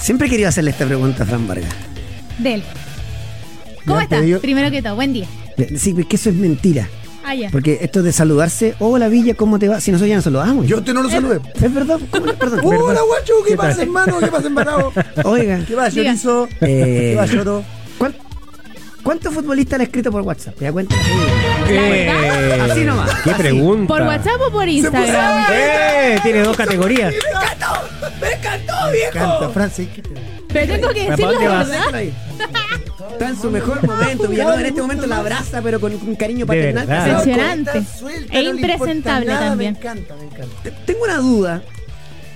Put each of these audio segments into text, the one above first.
Siempre quería hacerle esta pregunta a Fran Vargas. Del. ¿Cómo Ya, estás? pero yo- Primero que todo, buen día. Sí, es que eso es mentira. Ah, ya. Porque esto de saludarse, hola Villa, ¿cómo te va? Si nosotros ya nos saludamos. Yo a usted no lo saludé. Es verdad, ¿cómo le- perdón. Hola, guacho, ¿qué ¿Qué tal? pasa, hermano? ¿Qué pasa, embarado? Oiga, ¿Qué va, Diga. llorizo? Eh. ¿Qué va, lloro? ¿cuán- ¿cuántos futbolistas han escrito por WhatsApp? ¿Te das cuenta? Eh, Así nomás, ¿Qué así. pregunta? ¿Por WhatsApp o por puso- Instagram? Eh, tiene dos categorías. ¡Oh, Canta, Francis. Pero tengo que ¿Para decirlo dónde de vas? verdad. Está en su ¡Oh, mejor momento. Villalobos en este momento la abraza, pero con un cariño De paternal. verdad. Pero Impresionante. Está suelta, E no le importa impresentable nada, también. Me encanta, me encanta. te- Tengo una duda.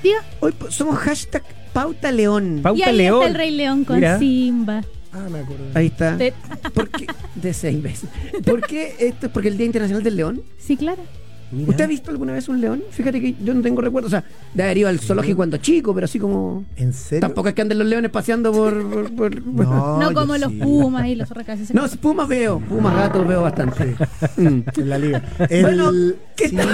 Diga. Hoy po- somos hashtag Pauta León. Pauta Y ahí León. está el Rey León con Mira. Simba. Ah, me acuerdo. Ahí está. Te- ¿Por qué? De seis veces. ¿Por qué esto es porque el Día Internacional del León? Sí, claro. Mira. ¿Usted ha visto alguna vez un león? Fíjate que yo no tengo recuerdo. O sea, de haber ido al zoológico cuando chico, pero así como. ¿En serio? Tampoco es que anden los leones paseando por. por- por- No yo como los sí. Pumas y los orcas. No, pumas veo, pumas gatos veo bastante. Mm. En la liga. Bueno, El- ¿qué sí. tal?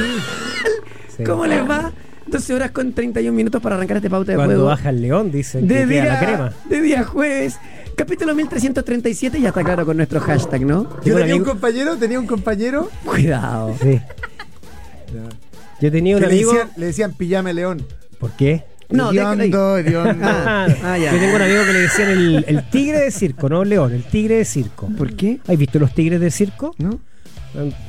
Sí. ¿Cómo les va? 12 horas con 31 minutos para arrancar este pauta de Cuando juego. baja el león, de dicen que queda día, la crema. de día jueves, capítulo 1337, ya está claro con nuestro hashtag, ¿no? Yo Tengo un tenía un amigo- compañero, tenía un compañero. Cuidado. Sí. Yo tenía que un le amigo. decían, le decían pillame león. ¿Por qué? No, Hediondo, hediondo. Ah, ah, ya. Yo tengo un amigo que le decían el, el tigre de circo, no león, el tigre de circo. ¿Por qué? ¿Has visto los tigres de circo? ¿No?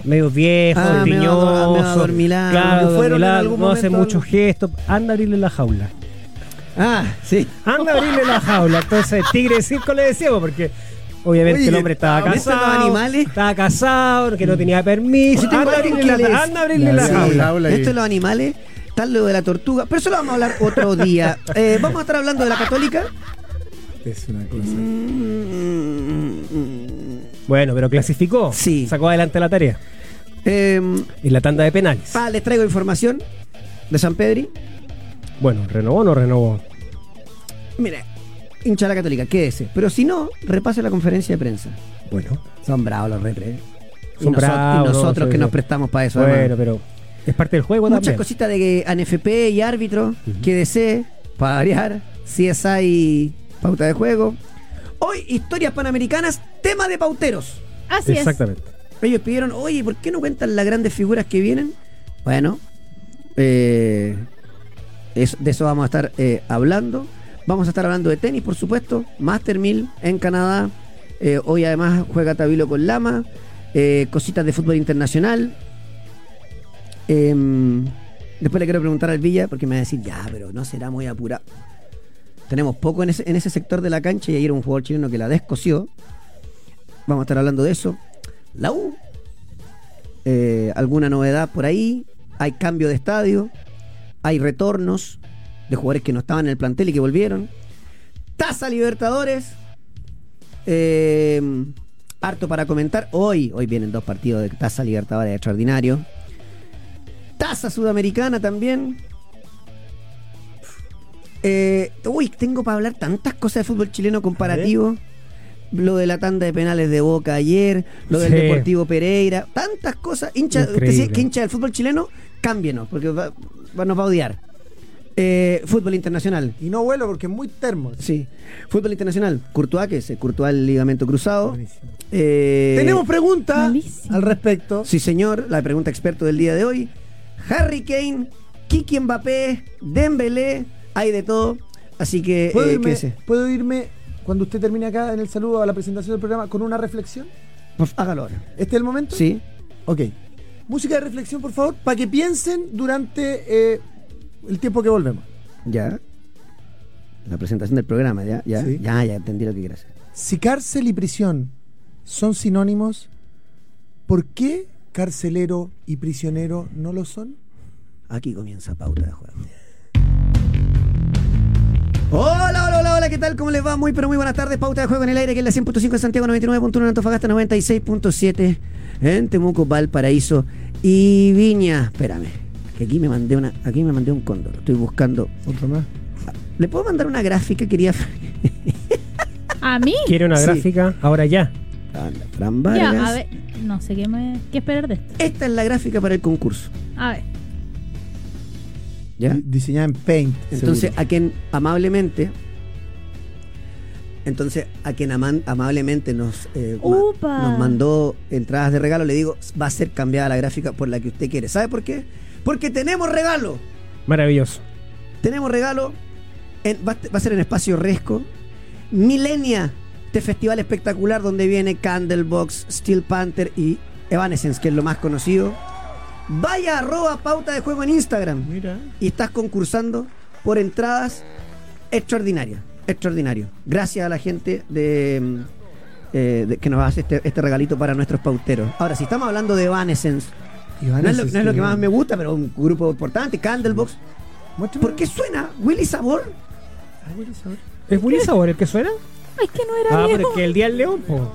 Medios viejos, Ah, medio ador- medio piñosos. adormilados. Claro, Fueron en adormilados, algún no hacen momento muchos al- gestos. Anda a abrirle la jaula. Ah, sí. Anda a abrirle la jaula. Entonces, tigre de circo le decíamos, porque obviamente Oye, el hombre estaba ¿viste los casado. animales? Estaba casado, que no tenía permiso. Yo tengo Anda a alguien abrirle que le- la, anda a abrirle la Sí. jaula. jaula y- Esto de los animales, tal lo de la tortuga, pero eso lo vamos a hablar otro día. Eh, vamos a estar hablando de la católica. Es una cosa. Mm. Bueno, pero clasificó. Sí. Sacó adelante la tarea. Eh, En la tanda de penales. pa, les traigo información de San Pedri. Bueno, ¿renovó o no renovó? Mira, hincha de la católica, quédese. Pero si no, repase la conferencia de prensa. Bueno. Son bravos los repres. Son y, noso- y bravos, nosotros sí, que sí. nos prestamos para eso. Bueno, hermano. pero es parte del juego Muchas también. cositas de que ANFP y árbitro, QDC, para variar, CSI y pauta de juego. Hoy, historias panamericanas, tema de pauteros. Así es. Exactamente. Ellos pidieron, oye, ¿por qué no cuentan las grandes figuras que vienen? Bueno, eh, es- de eso vamos a estar eh, hablando. Vamos a estar hablando de tenis, por supuesto. Master 1000 en Canadá. Eh, hoy además juega Tabilo con Lama. Eh, cositas de fútbol internacional. Em, después le quiero preguntar al Villa porque me va a decir, ya, pero no será muy apurado. Tenemos poco en ese, en ese sector de la cancha y ayer un jugador chileno que la descoció. Vamos a estar hablando de eso. La U. eh, alguna novedad por ahí. Hay cambio de estadio. Hay retornos de jugadores que no estaban en el plantel y que volvieron. Taza Libertadores. eh, harto para comentar. Hoy, hoy vienen dos partidos de Taza Libertadores extraordinario. Taza Sudamericana también. Eh, uy, tengo para hablar tantas cosas de fútbol chileno comparativo. Lo de la tanda de penales de Boca ayer, lo del Sí. Deportivo Pereira, tantas cosas. Hincha, usted si es Increíble. que hincha del fútbol chileno, cámbienos, porque va- va- nos va a odiar. Eh, fútbol internacional. Y no vuelo porque es muy termo. Sí. Fútbol internacional. Courtois, que se Courtois el ligamento cruzado. Buenísimo. Eh, Tenemos preguntas malísimo. al respecto. Sí, señor. La pregunta experto del día de hoy. Harry Kane, Kiki Mbappé, Dembélé, hay de todo. Así que, ¿Puedo, eh, irme, quédese. puedo irme, cuando usted termine acá en el saludo a la presentación del programa, con una reflexión? Por fa- hágalo ahora. ¿Este es el momento? Sí. Ok. Música de reflexión, por favor, para que piensen durante eh, el tiempo que volvemos. Ya. La presentación del programa, ya, ya. Sí. Ya, ya entendí lo que quieras. Si cárcel y prisión son sinónimos, ¿por qué carcelero y prisionero no lo son? Aquí comienza Pauta de Juego. Hola, hola, hola, hola, ¿qué tal? ¿Cómo les va? Muy, pero muy buenas tardes. Pauta de Juego en el aire, que es la 100.5 en Santiago, 99.1 en Antofagasta, 96.7 en Temuco, Valparaíso y Viña. Espérame, que aquí me mandé una, aquí me mandé un cóndor. Estoy buscando. Otro más. ¿Le puedo mandar una gráfica? Quería... ¿A mí? ¿Quiere una Sí. gráfica? Ahora ya. Anda, Fran Ya, a Vargas. ver. No sé qué, me, qué esperar de esto. Esta es la gráfica para el concurso. A ver. ¿Ya? Diseñada en Paint. Entonces, seguro. a quien amablemente Entonces, a quien aman- amablemente nos, eh, ma- ¡Upa! nos mandó entradas de regalo, le digo, va a ser cambiada la gráfica por la que usted quiere. ¿Sabe por qué? Porque tenemos regalo. Maravilloso. Tenemos regalo. en- va, a- va a ser en Espacio Resco. Milenia, este festival espectacular donde viene Candlebox, Steel Panther y Evanescence, que es lo más conocido. Vaya arroba pauta de juego en Instagram Mira. y estás concursando por entradas extraordinarias. Extraordinario. Gracias a la gente de, mm, eh, de- que nos hace este, este regalito para nuestros pauteros. Ahora, si estamos hablando de Evanescence, no es, lo, no es lo que más me gusta, pero un grupo importante, Candlebox. ¿Por qué suena Willy Sabor? Ah, ¿Es Willy Sabor el que suena? Ay, que no era Ah, Leo. porque el día del león, po.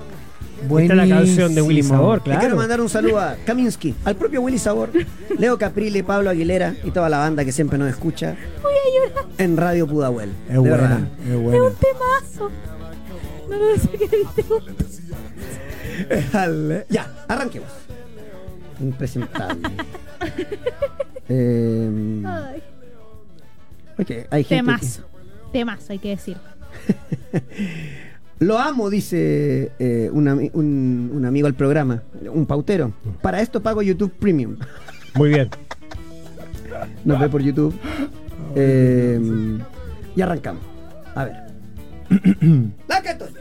Esta es la canción de Willy Buenísimo. Sabor, Le quiero claro. mandar un saludo a Kaminsky, al propio Willy Sabor, Leo Caprile, Pablo Aguilera y toda la banda que siempre nos escucha Voy a llorar. en Radio Pudahuel. Es De verdad. buena, es Es buena. un temazo. No lo saqué del tema. Dale. Ya, arranquemos. Impresentable. Em, Ay. ok, hay gente Temazo. Temazo, hay que decir. que- Lo amo, dice eh, un, ami- un- un amigo al programa, un pautero. Para esto pago YouTube Premium. Muy bien. Nos ve por YouTube. Em, y arrancamos. A ver. La Católica.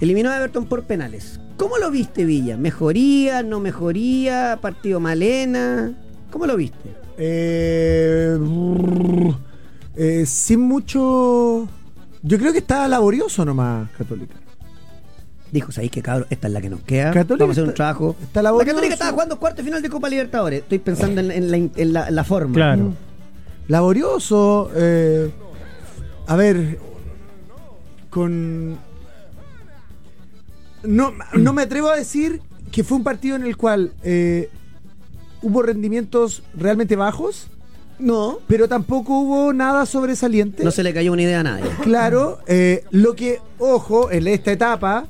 Eliminó a Everton por penales. ¿Cómo lo viste, Villa? ¿Mejoría? ¿No mejoría? ¿Partido Malena? ¿Cómo lo viste? Eh, brrr, eh, sin mucho. Yo creo que está laborioso nomás, Católica. Dijo, ¿sabéis que cabrón? Esta es la que nos queda. Católica Vamos a hacer un está- trabajo. está la laborioso. Católica estaba jugando cuarto de final de Copa Libertadores. Estoy pensando en, en la, en la- la forma. Claro. Laborioso. eh, a ver. Con. No, no me atrevo a decir que fue un partido en el cual eh, hubo rendimientos realmente bajos, No. pero tampoco hubo nada sobresaliente. No se le cayó una idea a nadie. Claro, eh, lo que, ojo, en esta etapa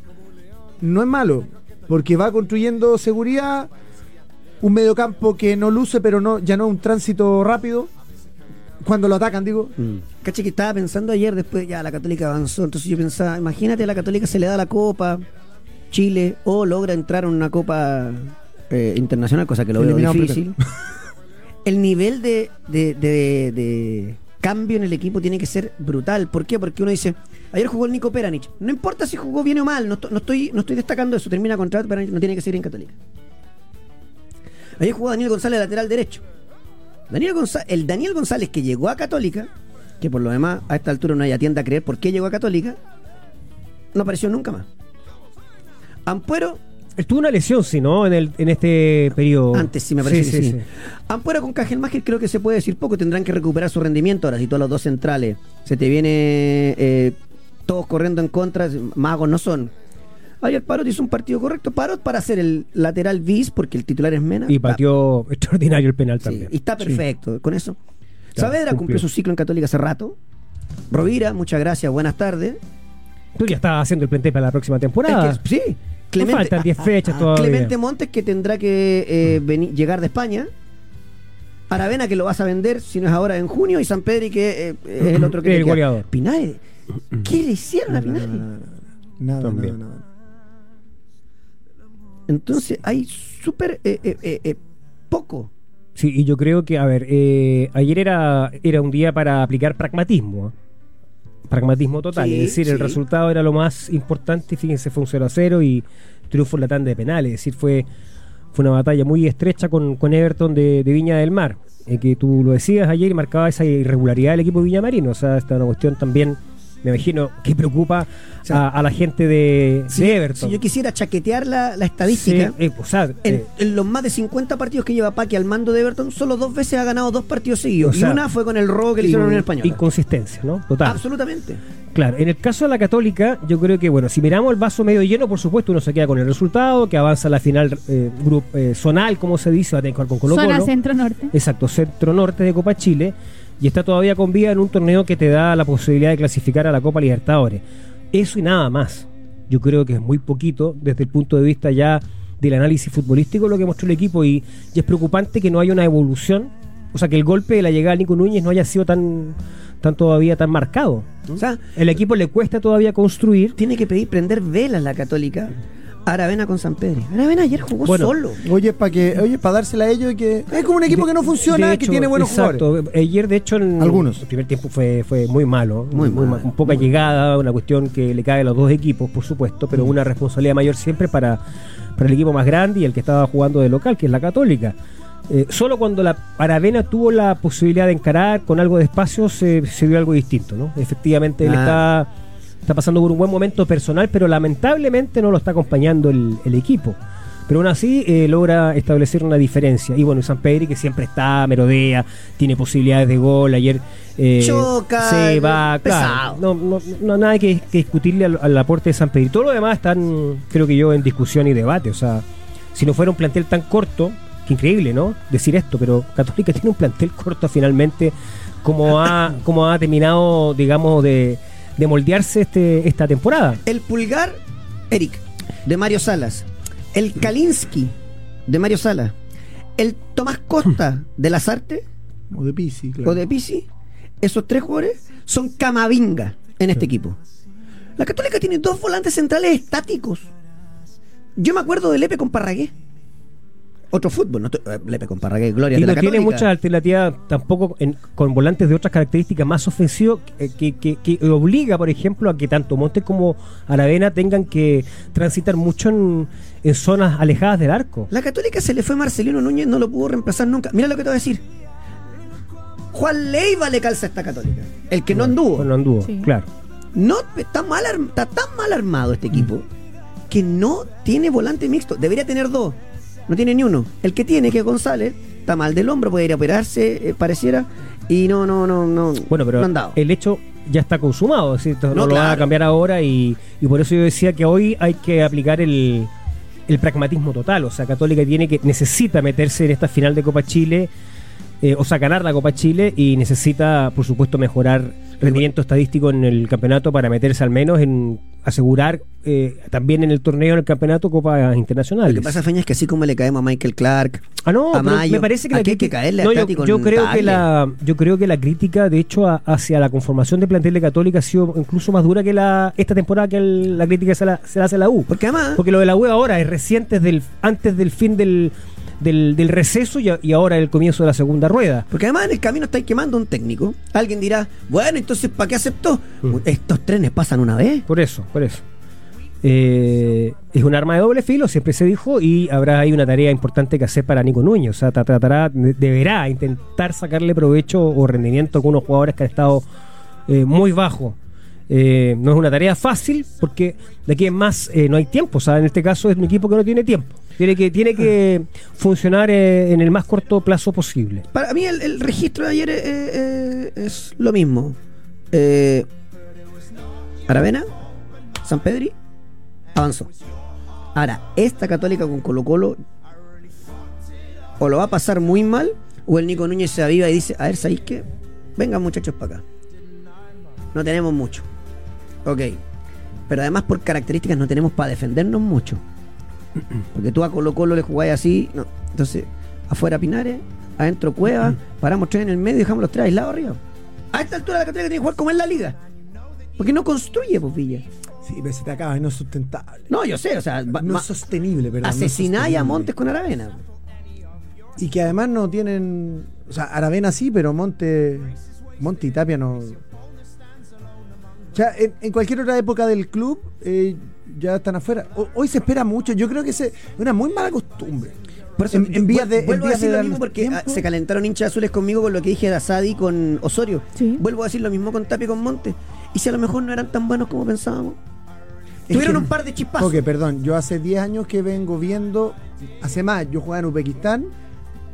no es malo, porque va construyendo seguridad, un mediocampo que no luce, pero no, ya no un tránsito rápido, cuando lo atacan, digo. Caché que estaba pensando ayer, después ya la Católica avanzó. Entonces yo pensaba, imagínate, a la Católica se le da la Copa Chile o logra entrar en una Copa eh, internacional, cosa que lo veo Eliminado difícil. El nivel de, de- de- de cambio en el equipo tiene que ser brutal. ¿Por qué? Porque uno dice, ayer jugó el Nico Peranich. No importa si jugó bien o mal, no, esto- no estoy, no estoy destacando eso. Termina contrato, Peranich no tiene que seguir en Católica. Ayer jugó Daniel González lateral derecho. Daniel Gonza- el Daniel González que llegó a Católica, que por lo demás a esta altura no hay tienda a creer por qué llegó a Católica, no apareció nunca más. Ampuero, Él tuvo una lesión, si no, en, el, en este periodo. antes sí me parece Sí, que sí, sí. Ampuero con Cajelmacher creo que se puede decir poco, tendrán que recuperar su rendimiento ahora, si tú a los dos centrales se te viene eh, todos corriendo en contra, magos no son. Ayer Parot hizo un partido correcto, Parot para hacer el lateral bis, porque el titular es Mena. sí. Y Va- pateó extraordinario el penal Sí, también. y está Sí. perfecto con eso. Claro, Saavedra cumplió. cumplió su ciclo en Católica hace rato. Rovira, muchas gracias, buenas tardes. Tú ya estás haciendo el plantel para la próxima temporada. Es que- sí, No faltan 10 fechas todavía. Mm. Clemente Montes que tendrá que eh, veni- llegar de España. Aravena que lo vas a vender si no es ahora en junio. Y San Pedri que eh, es el otro que El le queda. goleador. Pinares, ¿qué le hicieron a Pinares? Nada, También. nada, nada. Entonces hay súper eh, eh, eh, eh, poco. Sí, y yo creo que, a ver, eh, ayer era, era un día para aplicar pragmatismo. ¿eh? Pragmatismo total. Sí, es decir, el sí. resultado era lo más importante. Fíjense, fue un 0 a 0 y triunfo en la tanda de penales. Es decir, fue, fue una batalla muy estrecha con, con Everton de, de Viña del Mar. eh, que tú lo decías ayer y marcaba esa irregularidad del equipo viñamarino. O sea, esta es una cuestión también, me imagino, que preocupa O sea, a, a la gente de, Si de yo- Everton. Si yo quisiera chaquetear la, la estadística, Sí, eh, o sea, En, eh, en los más de 50 partidos que lleva Paqui al mando de Everton, solo dos veces ha ganado dos partidos seguidos. O sea, y una fue con el robo que le hicieron a la Unión Española. inconsistencia, ¿no? Total. Absolutamente. Claro, en el caso de la Católica, yo creo que, bueno, si miramos el vaso medio lleno, por supuesto, uno se queda con el resultado, que avanza a la final eh, grup- eh, zonal, como se dice, va a tener que jugar con Colo Zona Colo. centro-norte. Exacto, centro norte de Copa Chile, y está todavía con vida en un torneo que te da la posibilidad de clasificar a la Copa Libertadores. Eso y nada más. Yo creo que es muy poquito desde el punto de vista ya del análisis futbolístico lo que mostró el equipo y, y es preocupante que no haya una evolución o sea, que el golpe de la llegada de Nico Núñez no haya sido tan, tan todavía tan marcado. O sea, El equipo le cuesta todavía construir. tiene que pedir prender velas la católica. Aravena con San Pedro. Aravena ayer jugó Bueno, solo. Oye, para que, oye, para dársela a ellos y que. Es como un equipo que no De- funciona, de que hecho, tiene buenos exacto. jugadores. Ayer, de hecho, en Algunos. el primer tiempo fue, fue muy malo. Muy malo, mal, Con poca llegada, una cuestión que le cae a los dos equipos, por supuesto, Mm. pero una responsabilidad mayor siempre para, para el equipo más grande y el que estaba jugando de local, que es la Católica. Eh, solo cuando la Aravena tuvo la posibilidad de encarar con algo de espacio se, se vio algo distinto, ¿no? Efectivamente, él Ah. está, está pasando por un buen momento personal, pero lamentablemente no lo está acompañando el, el equipo. Pero aún así eh, logra establecer una diferencia. Y bueno, y San Pedri que siempre está, merodea, tiene posibilidades de gol. Ayer eh, Choca, se va, pesado. claro. No, no- no- nada que, que discutirle al, al aporte de San Pedri. Todo lo demás están, creo que yo, en discusión y debate. O sea, si no fuera un plantel tan corto, que increíble, ¿no? Decir esto, pero Católica tiene un plantel corto finalmente, como ha, como ha terminado, digamos, de, de moldearse este, esta temporada. El pulgar, Eric, de Mario Salas. El Kalinsky, de Mario Salas. El Tomás Costa, de Lazarte O de Pisi, o de Pisi. Esos tres jugadores son camavinga en este equipo. La Católica tiene dos volantes centrales estáticos. Yo me acuerdo de Lepe con Parragué. Otro fútbol, no estoy- eh, Lepe con Parragué, gloria Y de la no tiene Católica. muchas alternativas tampoco en- con volantes de otras características más ofensivos eh, que, que- que obliga, por ejemplo, a que tanto Montes como Aravena tengan que transitar mucho en, en zonas alejadas del arco. La Católica se le fue Marcelino Núñez, no lo pudo reemplazar nunca. Mira lo que te voy a decir. Juan Leiva le calza a esta Católica. El que no anduvo. No anduvo, Sí. claro. No, está, mal, arm- está tan mal armado este equipo Mm. que no tiene volante mixto. Debería tener dos. No tiene ni uno. El que tiene, que es González, está mal del hombro, puede ir a operarse, eh, pareciera. Y no, no, no, no. Bueno, pero no han dado. el hecho ya está consumado, es decir, no, No, lo van a claro. cambiar ahora y, y por eso yo decía que hoy hay que aplicar el, el pragmatismo total, o sea, Católica tiene que necesita meterse en esta final de Copa Chile, eh, o sea, ganar la Copa Chile y necesita, por supuesto, mejorar rendimiento estadístico en el campeonato para meterse al menos en asegurar eh, también en el torneo, en el campeonato, Copas Lo Internacionales. que pasa, Feña, es que así como le caemos a Michael Clark, Ah, no, a pero Mayo, me parece que la aquí hay que crítica- caerle a No, yo, Tati con yo creo que Tagle. la yo creo que la crítica de hecho a- hacia la conformación de plantel de Católica ha sido incluso más dura que la esta temporada que el- la crítica se la, se la hace a la U. porque además. Porque lo de la U ahora es reciente del antes del fin del del, del receso y, a- y ahora el comienzo de la segunda rueda. Porque además en el camino estáis quemando un técnico. Alguien dirá, bueno, entonces, ¿para qué aceptó? Mm. Estos trenes pasan una vez. Por eso, por eso. Eh, es un arma de doble filo, siempre se dijo, y habrá ahí una tarea importante que hacer para Nico Núñez. O sea, tra- tratará, de- deberá intentar sacarle provecho o rendimiento a algunos jugadores que han estado eh, muy bajos. Eh, no es una tarea fácil porque de aquí en más eh, no hay tiempo. O sea, en este caso es un equipo que no tiene tiempo. Tiene que, tiene que funcionar eh, en el más corto plazo posible. Para mí el, el registro de ayer eh, eh, es lo mismo. Eh, Aravena, San Pedri, avanzó. Ahora, esta católica con Colo Colo o lo va a pasar muy mal o el Nico Núñez se aviva y dice, a ver, ¿sabéis qué? Vengan muchachos para acá. No tenemos mucho. Ok. Pero además por características no tenemos para defendernos mucho. Porque tú a Colo Colo le jugás así. No. Entonces, afuera Pinares, adentro Cueva, paramos tres en el medio y dejamos los tres aislados arriba. A esta altura la categoría tiene que jugar como es la liga. Porque no construye, pues Villa. Sí, pero se te acaba, es no sustentable. No, yo sé, o sea, va- No ma- es sostenible, perdón. no es asesináis a sostenible. Montes con Aravena. Y que además no tienen. O sea, Aravena sí, pero Monte. Monte y Tapia no. O sea, en, en cualquier otra época del club eh, ya están afuera. O- hoy se espera mucho. Yo creo que es una muy mala costumbre. Por eso, en, yo en vías vuel- de. en vuelvo a vías decir de lo darnos mismo porque ah, tiempo. se calentaron hinchas azules conmigo con lo que dije de Asadi con Osorio. Sí. Vuelvo a decir lo mismo con Tapi y con Montes. Y si a lo mejor no eran tan buenos como pensábamos. que- Tuvieron un par de chispazos. Ok, perdón. Yo hace 10 años que vengo viendo. Hace más, yo jugaba en Uzbekistán.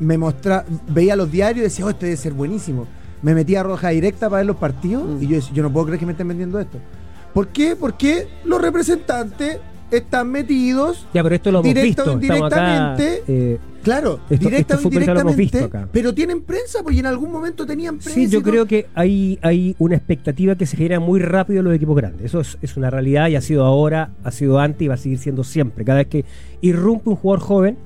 Me mostraba, veía los diarios y decía, oh, este debe ser buenísimo. Me metía a roja directa para ver los partidos Mm. y yo decía, yo no puedo creer que me estén vendiendo esto. ¿Por qué? Porque los representantes están metidos, Ya, pero esto lo hemos Directa o visto. Estamos acá, indirectamente, eh, claro, Esto- directa esto o fútbol ya lo hemos indirectamente, visto acá. pero tienen prensa porque en algún momento tenían prensa. Sí, y yo todo. creo que hay, hay una expectativa que se genera muy rápido en los equipos grandes. Eso es, es una realidad y ha sido ahora, ha sido antes y va a seguir siendo siempre. Cada vez que irrumpe un jugador joven,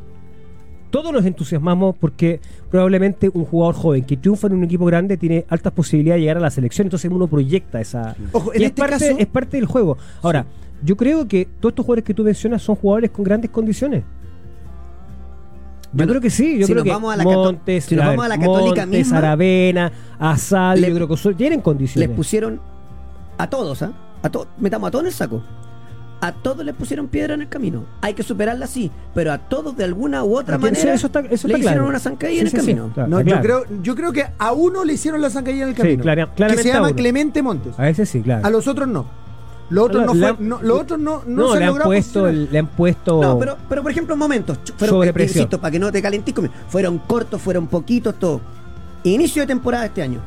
todos nos entusiasmamos porque probablemente un jugador joven que triunfa en un equipo grande tiene altas posibilidades de llegar a la selección, entonces uno proyecta esa... Ojo, en y es, este parte, caso- es parte del juego. Ahora, yo creo que todos estos jugadores que tú mencionas son jugadores con grandes condiciones. Yo Bueno, creo que sí, yo si creo nos que vamos a la cato- Montes, si nos a ver, vamos a la Católica Montes, misma, Aravena, Asal, le- yo creo que son- tienen Les condiciones. pusieron a todos, ¿ah? A to- metamos a todos en el saco. A todos les pusieron piedra en el camino. Hay que superarla, sí, pero a todos de alguna u otra Ah, que eso- manera eso está- eso le está hicieron claro. una zancadilla Sí, en el sí, sí, camino. claro. No, yo, claro. creo, yo creo que a uno le hicieron la zancadilla en el camino. clara- que claramente se a llama uno. Clemente Montes. A veces sí, claro. A los otros no. Los otros Ahora, no, le fue- han- no, los otros no, no, se le, han lograron puesto, posicionar. el- le han puesto. No, pero, pero por ejemplo, momentos. ch- Fueron, eh, Sobrepresión. insisto, para que no te calentís conmigo, Fueron cortos, fueron poquitos, todo. Inicio de temporada este año.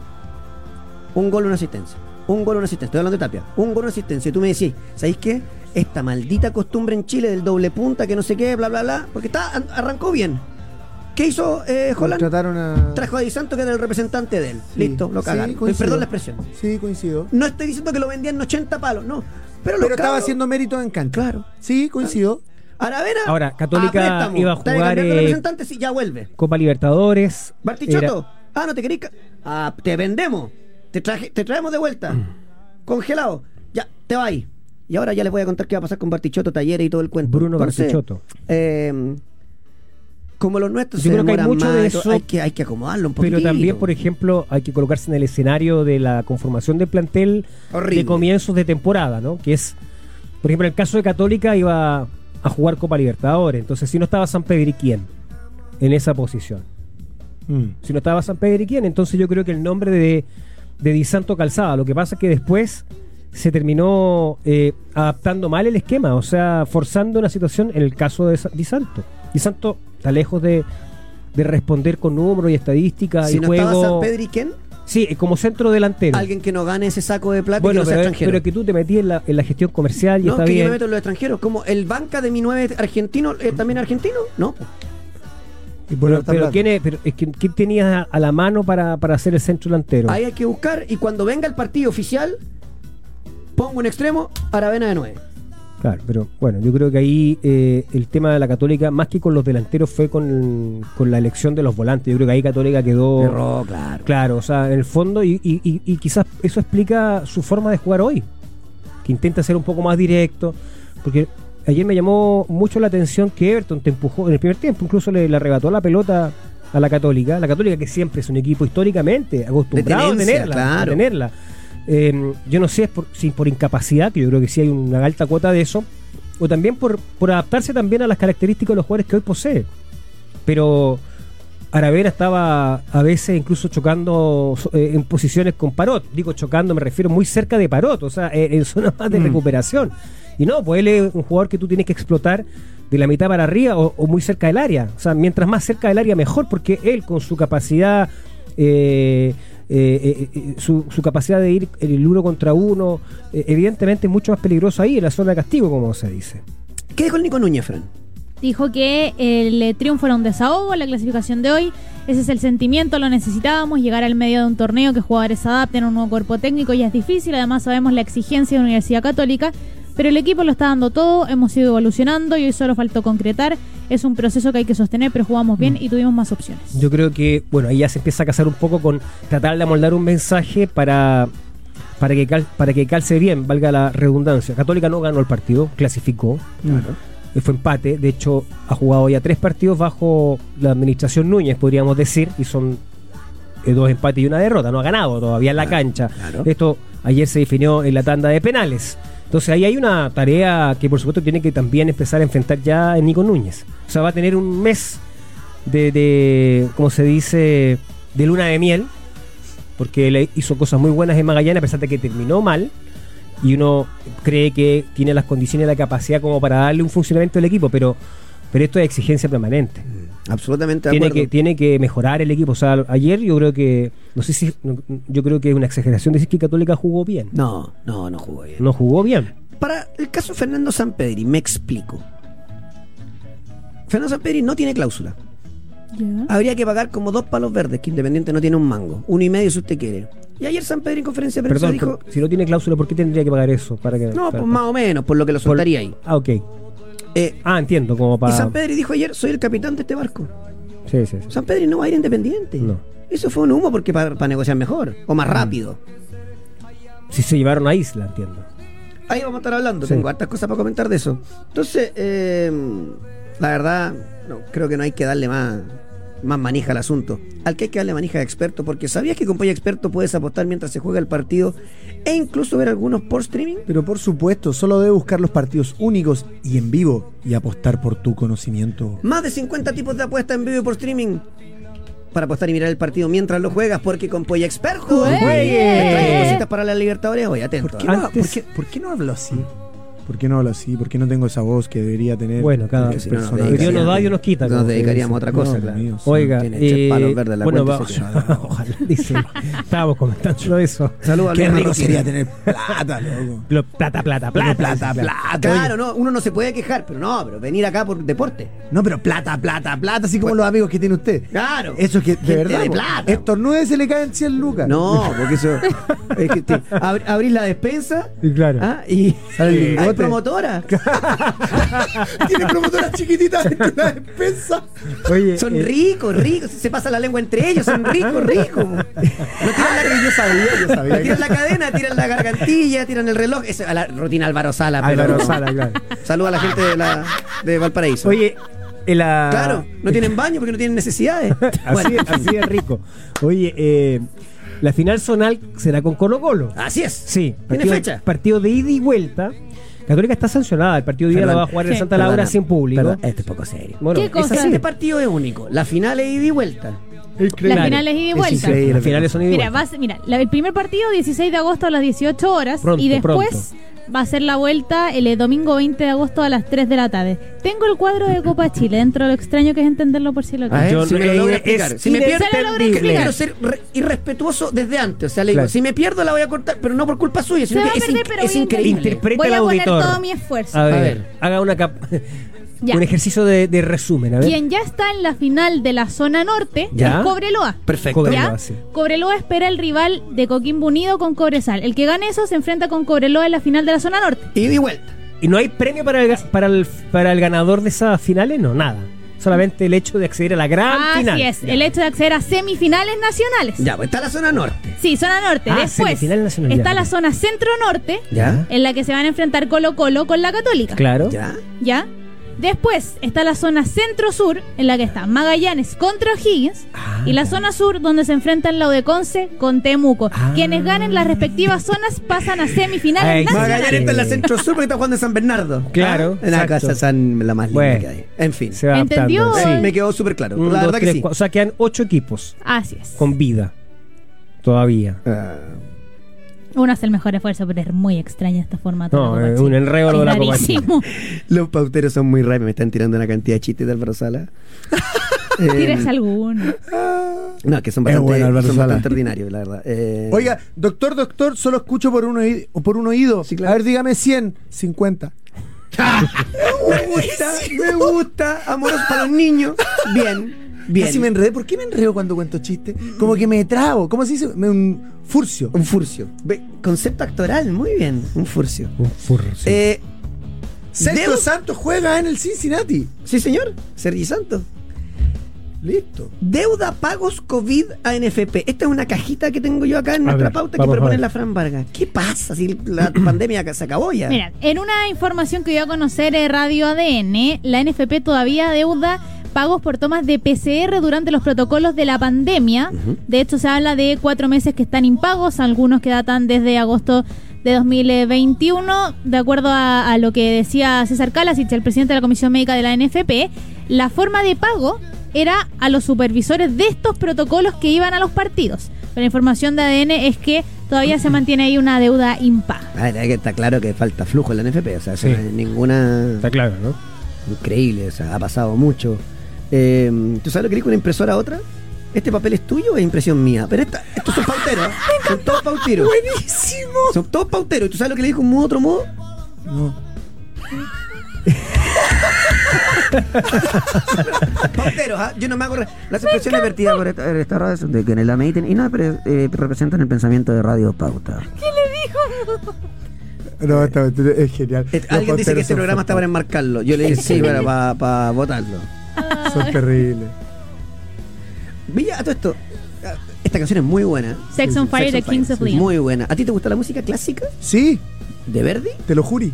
Un gol, una asistencia. Un gol, una asistencia. Estoy hablando de Tapia. Un gol, una asistencia. Y tú me decís, ¿sabéis qué? Esta maldita costumbre en Chile del doble punta, que no sé qué, bla, bla, bla. Porque está, an- arrancó bien. ¿Qué hizo eh, Holland? Contrataron a... Trajo a Di Santo, que era el representante de él. Sí, Listo, lo sí, cagaron. coincido. Perdón la expresión. Sí, coincido. No estoy diciendo que lo vendían en 80 palos, no. Pero, Pero lo estaba haciendo méritos en cancha. Claro. Sí, coincido. Aravena. Ahora, Católica a préstamo. iba a Está de jugar, cambiando eh, representante, sí, ya vuelve. Copa Libertadores. Bartichotto. era- Ah, no te querís. ca- Ah, te vendemos. Te, traje- te traemos de vuelta. Congelado. Ya, te va ahí. Y ahora ya les voy a contar qué va a pasar con Bartichotto, Talleres y todo el cuento. Bruno Bartichotto. eh, como los nuestros, Yo se creo que hay demoran mucho más, de entonces eso, Hay que, hay que acomodarlo un poquito. Pero también, por ejemplo, hay que colocarse en el escenario de la conformación del plantel Horrible. de comienzos de temporada, ¿no? Que es, por ejemplo, en el caso de Católica iba a jugar Copa Libertadores. Entonces, si no estaba San Pedro, ¿y quién? En esa posición. Mm. Si no estaba San Pedro, ¿y quién? Entonces, yo creo que el nombre de, de Di Santo calzaba. Lo que pasa es que después se terminó eh, adaptando mal el esquema, o sea, forzando una situación en el caso de Sa- Di Santo. Di Santo está lejos de, de responder con números y estadísticas Si y no juego. estaba San Pedro y quién, Sí, eh, como centro delantero. alguien que no gane ese saco de plata bueno, y que no sea pero, extranjero. pero que tú te metí en la, en la gestión comercial y no, está que yo bien. me meto en los extranjeros. Como el banca de mi nueve argentino, eh, ¿también argentino? No. Y por Pero, harta pero plata. ¿quién, es- pero es que- ¿quién tenías a, a la mano para, para hacer el centro delantero? Ahí hay que buscar y cuando venga el partido oficial, pongo un extremo, Aravena de 9. Claro, pero bueno, yo creo que ahí eh, el tema de la Católica, más que con los delanteros, fue con, con la elección de los volantes. Yo creo que ahí Católica quedó. Oh. claro. Claro, o sea, en el fondo, y, y- y- y quizás eso explica su forma de jugar hoy, que intenta ser un poco más directo, porque ayer me llamó mucho la atención que Everton te empujó en el primer tiempo, incluso le, le arrebató la pelota a la Católica, la Católica que siempre es un equipo históricamente acostumbrado tenencia, a tenerla. a claro. tenerla. Eh, yo no sé es por- si por incapacidad, que yo creo que sí hay una alta cuota de eso, o también por, por adaptarse también a las características de los jugadores que hoy posee. Pero Aravera estaba a veces incluso chocando so- eh, en posiciones con Parot. Digo chocando, me refiero muy cerca de Parot, o sea, eh, en zona más de recuperación. Y no, pues él es un jugador que tú tienes que explotar de la mitad para arriba o, o muy cerca del área. O sea, mientras más cerca del área mejor, porque él con su capacidad, eh, eh, eh, eh, su, su capacidad de ir el uno contra uno, eh, evidentemente es mucho más peligroso ahí en la zona de castigo, como se dice. ¿Qué dijo el Nico Núñez, Fran? Dijo que el eh, triunfo era un desahogo, la clasificación de hoy. Ese es el sentimiento, lo necesitábamos. Llegar al medio de un torneo que jugadores se adapten a un nuevo cuerpo técnico ya es difícil. Además, sabemos la exigencia de la Universidad Católica. Pero el equipo lo está dando todo, hemos ido evolucionando y hoy solo faltó concretar. Es un proceso que hay que sostener, pero jugamos bien y tuvimos más opciones. Yo creo que, bueno, ahí ya se empieza a casar un poco con tratar de amoldar un mensaje para, para, que, cal- para que calce bien, valga la redundancia. Católica no ganó el partido, clasificó, eh, fue empate, de hecho ha jugado ya tres partidos bajo la administración Núñez, podríamos decir, y son eh, dos empates y una derrota, no ha ganado todavía en la cancha. claro. Esto ayer se definió en la tanda de penales. Entonces ahí hay una tarea que por supuesto tiene que también empezar a enfrentar ya Nico Núñez. O sea, va a tener un mes de, de como se dice, de luna de miel, porque le hizo cosas muy buenas en Magallanes, a pesar de que terminó mal, y uno cree que tiene las condiciones y la capacidad como para darle un funcionamiento al equipo, pero, pero esto es exigencia permanente. Absolutamente Mm. de Tiene acuerdo. que, tiene que mejorar el equipo. O sea, ayer yo creo que, no sé si, no, yo creo que es una exageración decir que Católica jugó bien. No, no, no jugó bien. No jugó bien. Para el caso Fernando Sampedri, me explico. Fernando Sampedri no tiene cláusula. Habría que pagar como dos palos verdes, que Independiente no tiene un mango. Uno y medio si usted quiere. Y ayer Sampedri en conferencia de prensa Perdón, dijo... pero si no tiene cláusula, ¿por qué tendría que pagar eso? Para que, No, para- pues más o menos, por lo que lo por- soltaría ahí. Ah, ok. Eh, Ah, entiendo, como Y para... San Pedro dijo ayer, soy el capitán de este barco. Sí, sí, sí. San Pedro no va a ir independiente. No. Eso fue un humo porque para negociar mejor o más rápido. Si se llevaron a Isla, entiendo. Ahí vamos a estar hablando, Sí. tengo hartas cosas para comentar de eso. Entonces, eh, la verdad, no, creo que no hay que darle más, más manija al asunto. Al que hay que darle manija de experto, porque ¿sabías que con Polla Experto puedes apostar mientras se juega el partido e incluso ver algunos por streaming? Pero por supuesto, solo debe buscar los partidos únicos y en vivo y apostar por tu conocimiento. Más de 50 tipos de apuestas en vivo y por streaming. Para apostar y mirar el partido mientras lo juegas, porque con Polla Experto ¡Juegue! te traigo cositas para la Libertadores hoy, atento. ¿Por qué, ¿ah? no, Antes- por qué- por qué no hablo así? ¿Por qué no hablo así? ¿Por qué no tengo esa voz que debería tener? Bueno, cada Porque si no nos persona. dedicaríamos- Dios nos da, Dios nos quita, Nos como se dedicaríamos a dice. otra cosa, No, claro. Dios. Oiga, Tiene tres eh, palos verdes en la bueno, cuenta, va- sí. ojalá, dice. Estábamos comentando eso. Saludos a Qué Luis rico Marroquín. sería tener plata, loco. Lo- plata, plata, plata. Pero plata, sí, plata. Ah, Claro, no, uno no se puede quejar, pero no, pero venir acá por deporte. No, pero plata, plata, plata, así como los amigos que tiene usted. Claro. Eso es que, Gente Pues- de verdad, de po, plata. estornude se le caen 100 lucas. No, porque eso. Es que te- abri- abrís la despensa Y claro. ah, y. Sale el Hay lingote. promotora. Tiene promotoras chiquititas dentro de la despensa. Oye, Son eh, ricos, ricos. Se pasa la lengua entre ellos, son ricos, ricos. No tiran la, Yo sabía, yo no sabía. tiran la cadena, tiran la gargantilla, tiran el reloj. Eso, a la rutina Álvaro Sala. pero Álvaro no. Sala, claro. Saluda a la gente de, la, de Valparaíso. Oye, eh, la- Claro, no tienen baño porque no tienen necesidades. Así, Bueno, es, así es rico. Oye, eh, la final zonal será con Colo Colo. así es. Sí, ¿Tiene partido, fecha? partido de ida y vuelta. Católica está sancionada. El partido de ida la Perdón. va a jugar en Sí. Santa Laura Perdona, sin público. perdón, este es poco serio. Bueno, ¿Qué es cosa? así. Este partido es único. La final es ida y vuelta. Las finales ida y vuelta. increíble. Las finales son ida y Mira, vuelta. va a ser- mira, la- el primer partido 16 de agosto a las 18 horas Pronto, y después va a ser la vuelta el eh, domingo 20 de agosto a las 3 de la tarde. Tengo el cuadro de Copa Chile, dentro de lo extraño que es entenderlo por si lo Ah, que. ¿eh? Yo- si me lo logro eh, explicar. es Si me pierdo, Se lo logro quiero- quiero explicar. ser re- irrespetuoso desde antes. O sea, le digo, Claro. si me pierdo la voy a cortar, pero no por culpa suya, Se sino que va a es, perder, inc- pero es voy a increíble. intentar. Interpreta Voy a el poner auditor. todo mi esfuerzo. A ver, ver. haga una cap- Ya. un ejercicio de, de resumen. A ver. Quien ya está en la final de la zona norte Ya. es Cobreloa. Perfecto. Cobreloa. ¿Ya? sí. Cobreloa espera el rival de Coquimbo Unido con Cobresal. El que gane eso se enfrenta con Cobreloa en la final de la zona norte. Ida y vuelta. ¿Y no hay premio para el, ga- para, el, para el ganador de esas finales? No, nada. Solamente el hecho de acceder a la gran Así final. es, el hecho de acceder a semifinales nacionales. Ya, pues está la zona norte. Sí, zona norte. Ah, Después semifinal nacional, ya. está la zona centro-norte, ¿Ya? en la que se van a enfrentar Colo Colo con la Católica. Claro. ¿Ya? ¿Ya? Después está la zona centro-sur, en la que está Magallanes contra O'Higgins. Ah, y la ya. zona sur, donde se enfrentan la de Conce con Temuco. Ah. Quienes ganen las respectivas zonas pasan a semifinales Ay, nacionales. Magallanes está en la centro sur porque está jugando en San Bernardo. Claro, Ah, En la exacto. casa San, la más linda Bueno. que hay. En fin. Se va adaptando. ¿Entendió? Sí. Eh, Me quedó súper claro. Un, la dos, verdad que tres, sí. cua- O sea, quedan ocho equipos Así es. con vida. Todavía. Ah, Uno hace el mejor esfuerzo, pero es muy este extraña esta forma. No, es un enredo lo de la Copa Chile. Rarísimo. los pauteros son muy raros. Me están tirando una cantidad de chistes de Álvaro Sala. Eh, Tienes alguno. No, que son Es bastante, bueno, Alberto son Sala. bastante ordinarios, la verdad. Eh, Oiga, doctor, doctor, solo escucho por un oído. Por un oído. Sí, claro. A ver, dígame 100, 50. me gusta, me gusta, amoros para los niños. Bien, bien. Casi me enredé. ¿Por qué me enredo cuando cuento chistes? Como que me trabo. ¿Cómo se dice? Me- un furcio. Un furcio. Ve, Concepto actoral, muy bien, un furcio. Un furro, sí. Eh, Sergio Debo- Santos juega en el Cincinnati. sí, señor, Sergi Santos. Listo. Deuda pagos COVID a NFP. Esta es una cajita que tengo yo acá en A nuestra ver, pauta que vamos a propone ver. la Fran Vargas. ¿Qué pasa si la pandemia acá se acabó ya? Mira, en una información que dio a conocer eh, Radio ADN, la NFP todavía deuda pagos por tomas de PCR durante los protocolos de la pandemia. De hecho, se habla de cuatro meses que están impagos, algunos que datan desde agosto de 2021. De acuerdo a, a lo que decía César Calasich, el presidente de la Comisión Médica de la NFP, la forma de pago era a los supervisores de estos protocolos que iban a los partidos. Pero la información de ADN es que todavía se mantiene ahí una deuda impaga. A ver, que está claro que falta flujo en la NFP, o sea, eso Sí. no es ninguna... Está claro, ¿no? Increíble, o sea, ha pasado mucho. Eh, ¿Tú sabes lo que dijo una impresora a otra? ¿Este papel es tuyo o es impresión mía? Pero esta- estos son pauteros. ¿eh? son todos pauteros. Buenísimo. Son todos pauteros. ¿Y tú sabes lo que le dijo un modo otro modo? No. Pauteros, ¿ah? Yo no me hago. re- Las expresiones vertidas por esta, esta radio son de quienes la mediten y no pre- eh, representan el pensamiento de Radio Pauta. No, esta mentira es genial. Eh, Los alguien dice que porteros este son programa está para enmarcarlo. Yo le dije sí, para, para, para votarlo. Son terribles. Villa, a todo esto. ah, Esta canción es muy buena. Sex on Fire Sex de on Fire, Kings of sí, Leon. Muy buena. ¿A ti te gusta la música clásica Sí, de Verdi? te lo juro.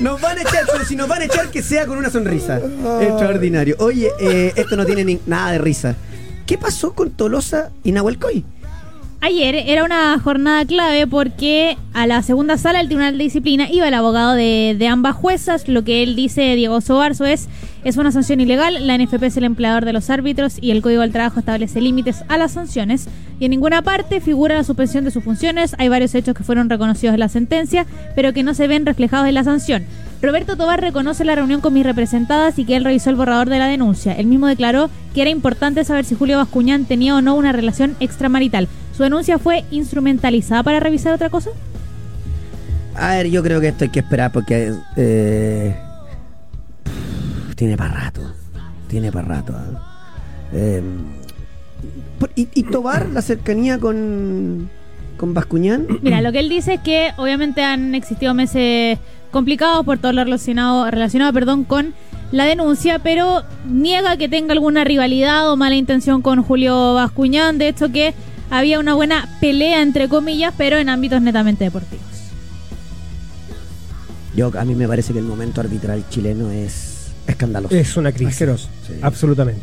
Nos van a echar, pero si nos van a echar, que sea con una sonrisa. Extraordinario. Oye, eh, esto no tiene ni- nada de risa. ¿Qué pasó con Tolosa y Nahuel Coy? Ayer era una jornada clave porque a la segunda sala del Tribunal de Disciplina iba el abogado de, de ambas juezas. Lo que él dice, Diego Sobarzo, es es una sanción ilegal. La NFP es el empleador de los árbitros y el Código del Trabajo establece límites a las sanciones. Y en ninguna parte figura la suspensión de sus funciones. Hay varios hechos que fueron reconocidos en la sentencia, pero que no se ven reflejados en la sanción. Roberto Tobar reconoce la reunión con mis representadas y que él revisó el borrador de la denuncia. Él mismo declaró que era importante saber si Julio Bascuñán tenía o no una relación extramarital. ¿Su denuncia fue instrumentalizada para revisar otra cosa? A ver, yo creo que esto hay que esperar porque. eh, pff, tiene para rato. Tiene para rato. ¿ah? Eh, por- y, y Tobar, la cercanía con. con Bascuñán. Mira, lo que él dice es que obviamente han existido meses complicados por todo lo relacionado, relacionado perdón, con la denuncia, pero niega que tenga alguna rivalidad o mala intención con Julio Bascuñán. De hecho, que había una buena pelea, entre comillas, pero en ámbitos netamente deportivos. Yo, a mí me parece que el momento arbitral chileno es escandaloso. Es una crisis. Asqueroso. Sí. Absolutamente.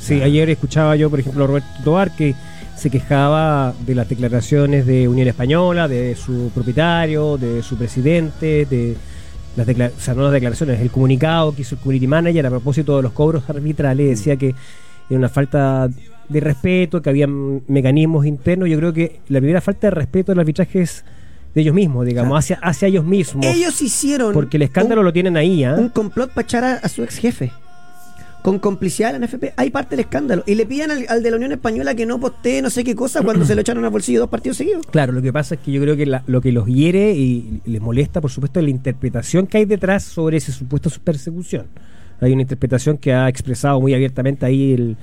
Sí, ayer escuchaba yo, por ejemplo, a Roberto Tobar que se quejaba de las declaraciones de Unión Española, de su propietario, de su presidente, de las decla- o sea, no las declaraciones, el comunicado que hizo el community manager a propósito de los cobros arbitrales, Mm. decía que era una falta de respeto, que había mecanismos internos. Yo creo que la primera falta de respeto del arbitraje es de ellos mismos, digamos, Claro. hacia, hacia ellos mismos. Ellos hicieron. porque el escándalo un- lo tienen ahí, ¿ah? un complot para echar a, a su ex jefe. Con complicidad de la NFP, hay parte del escándalo. Y le piden al, al de la Unión Española que no postee no sé qué cosa cuando se lo echaron al bolsillo dos partidos seguidos. Claro, lo que pasa es que yo creo que la- lo que los hiere y les molesta, por supuesto, es la interpretación que hay detrás sobre esa supuesta persecución. Hay una interpretación que ha expresado muy abiertamente ahí el,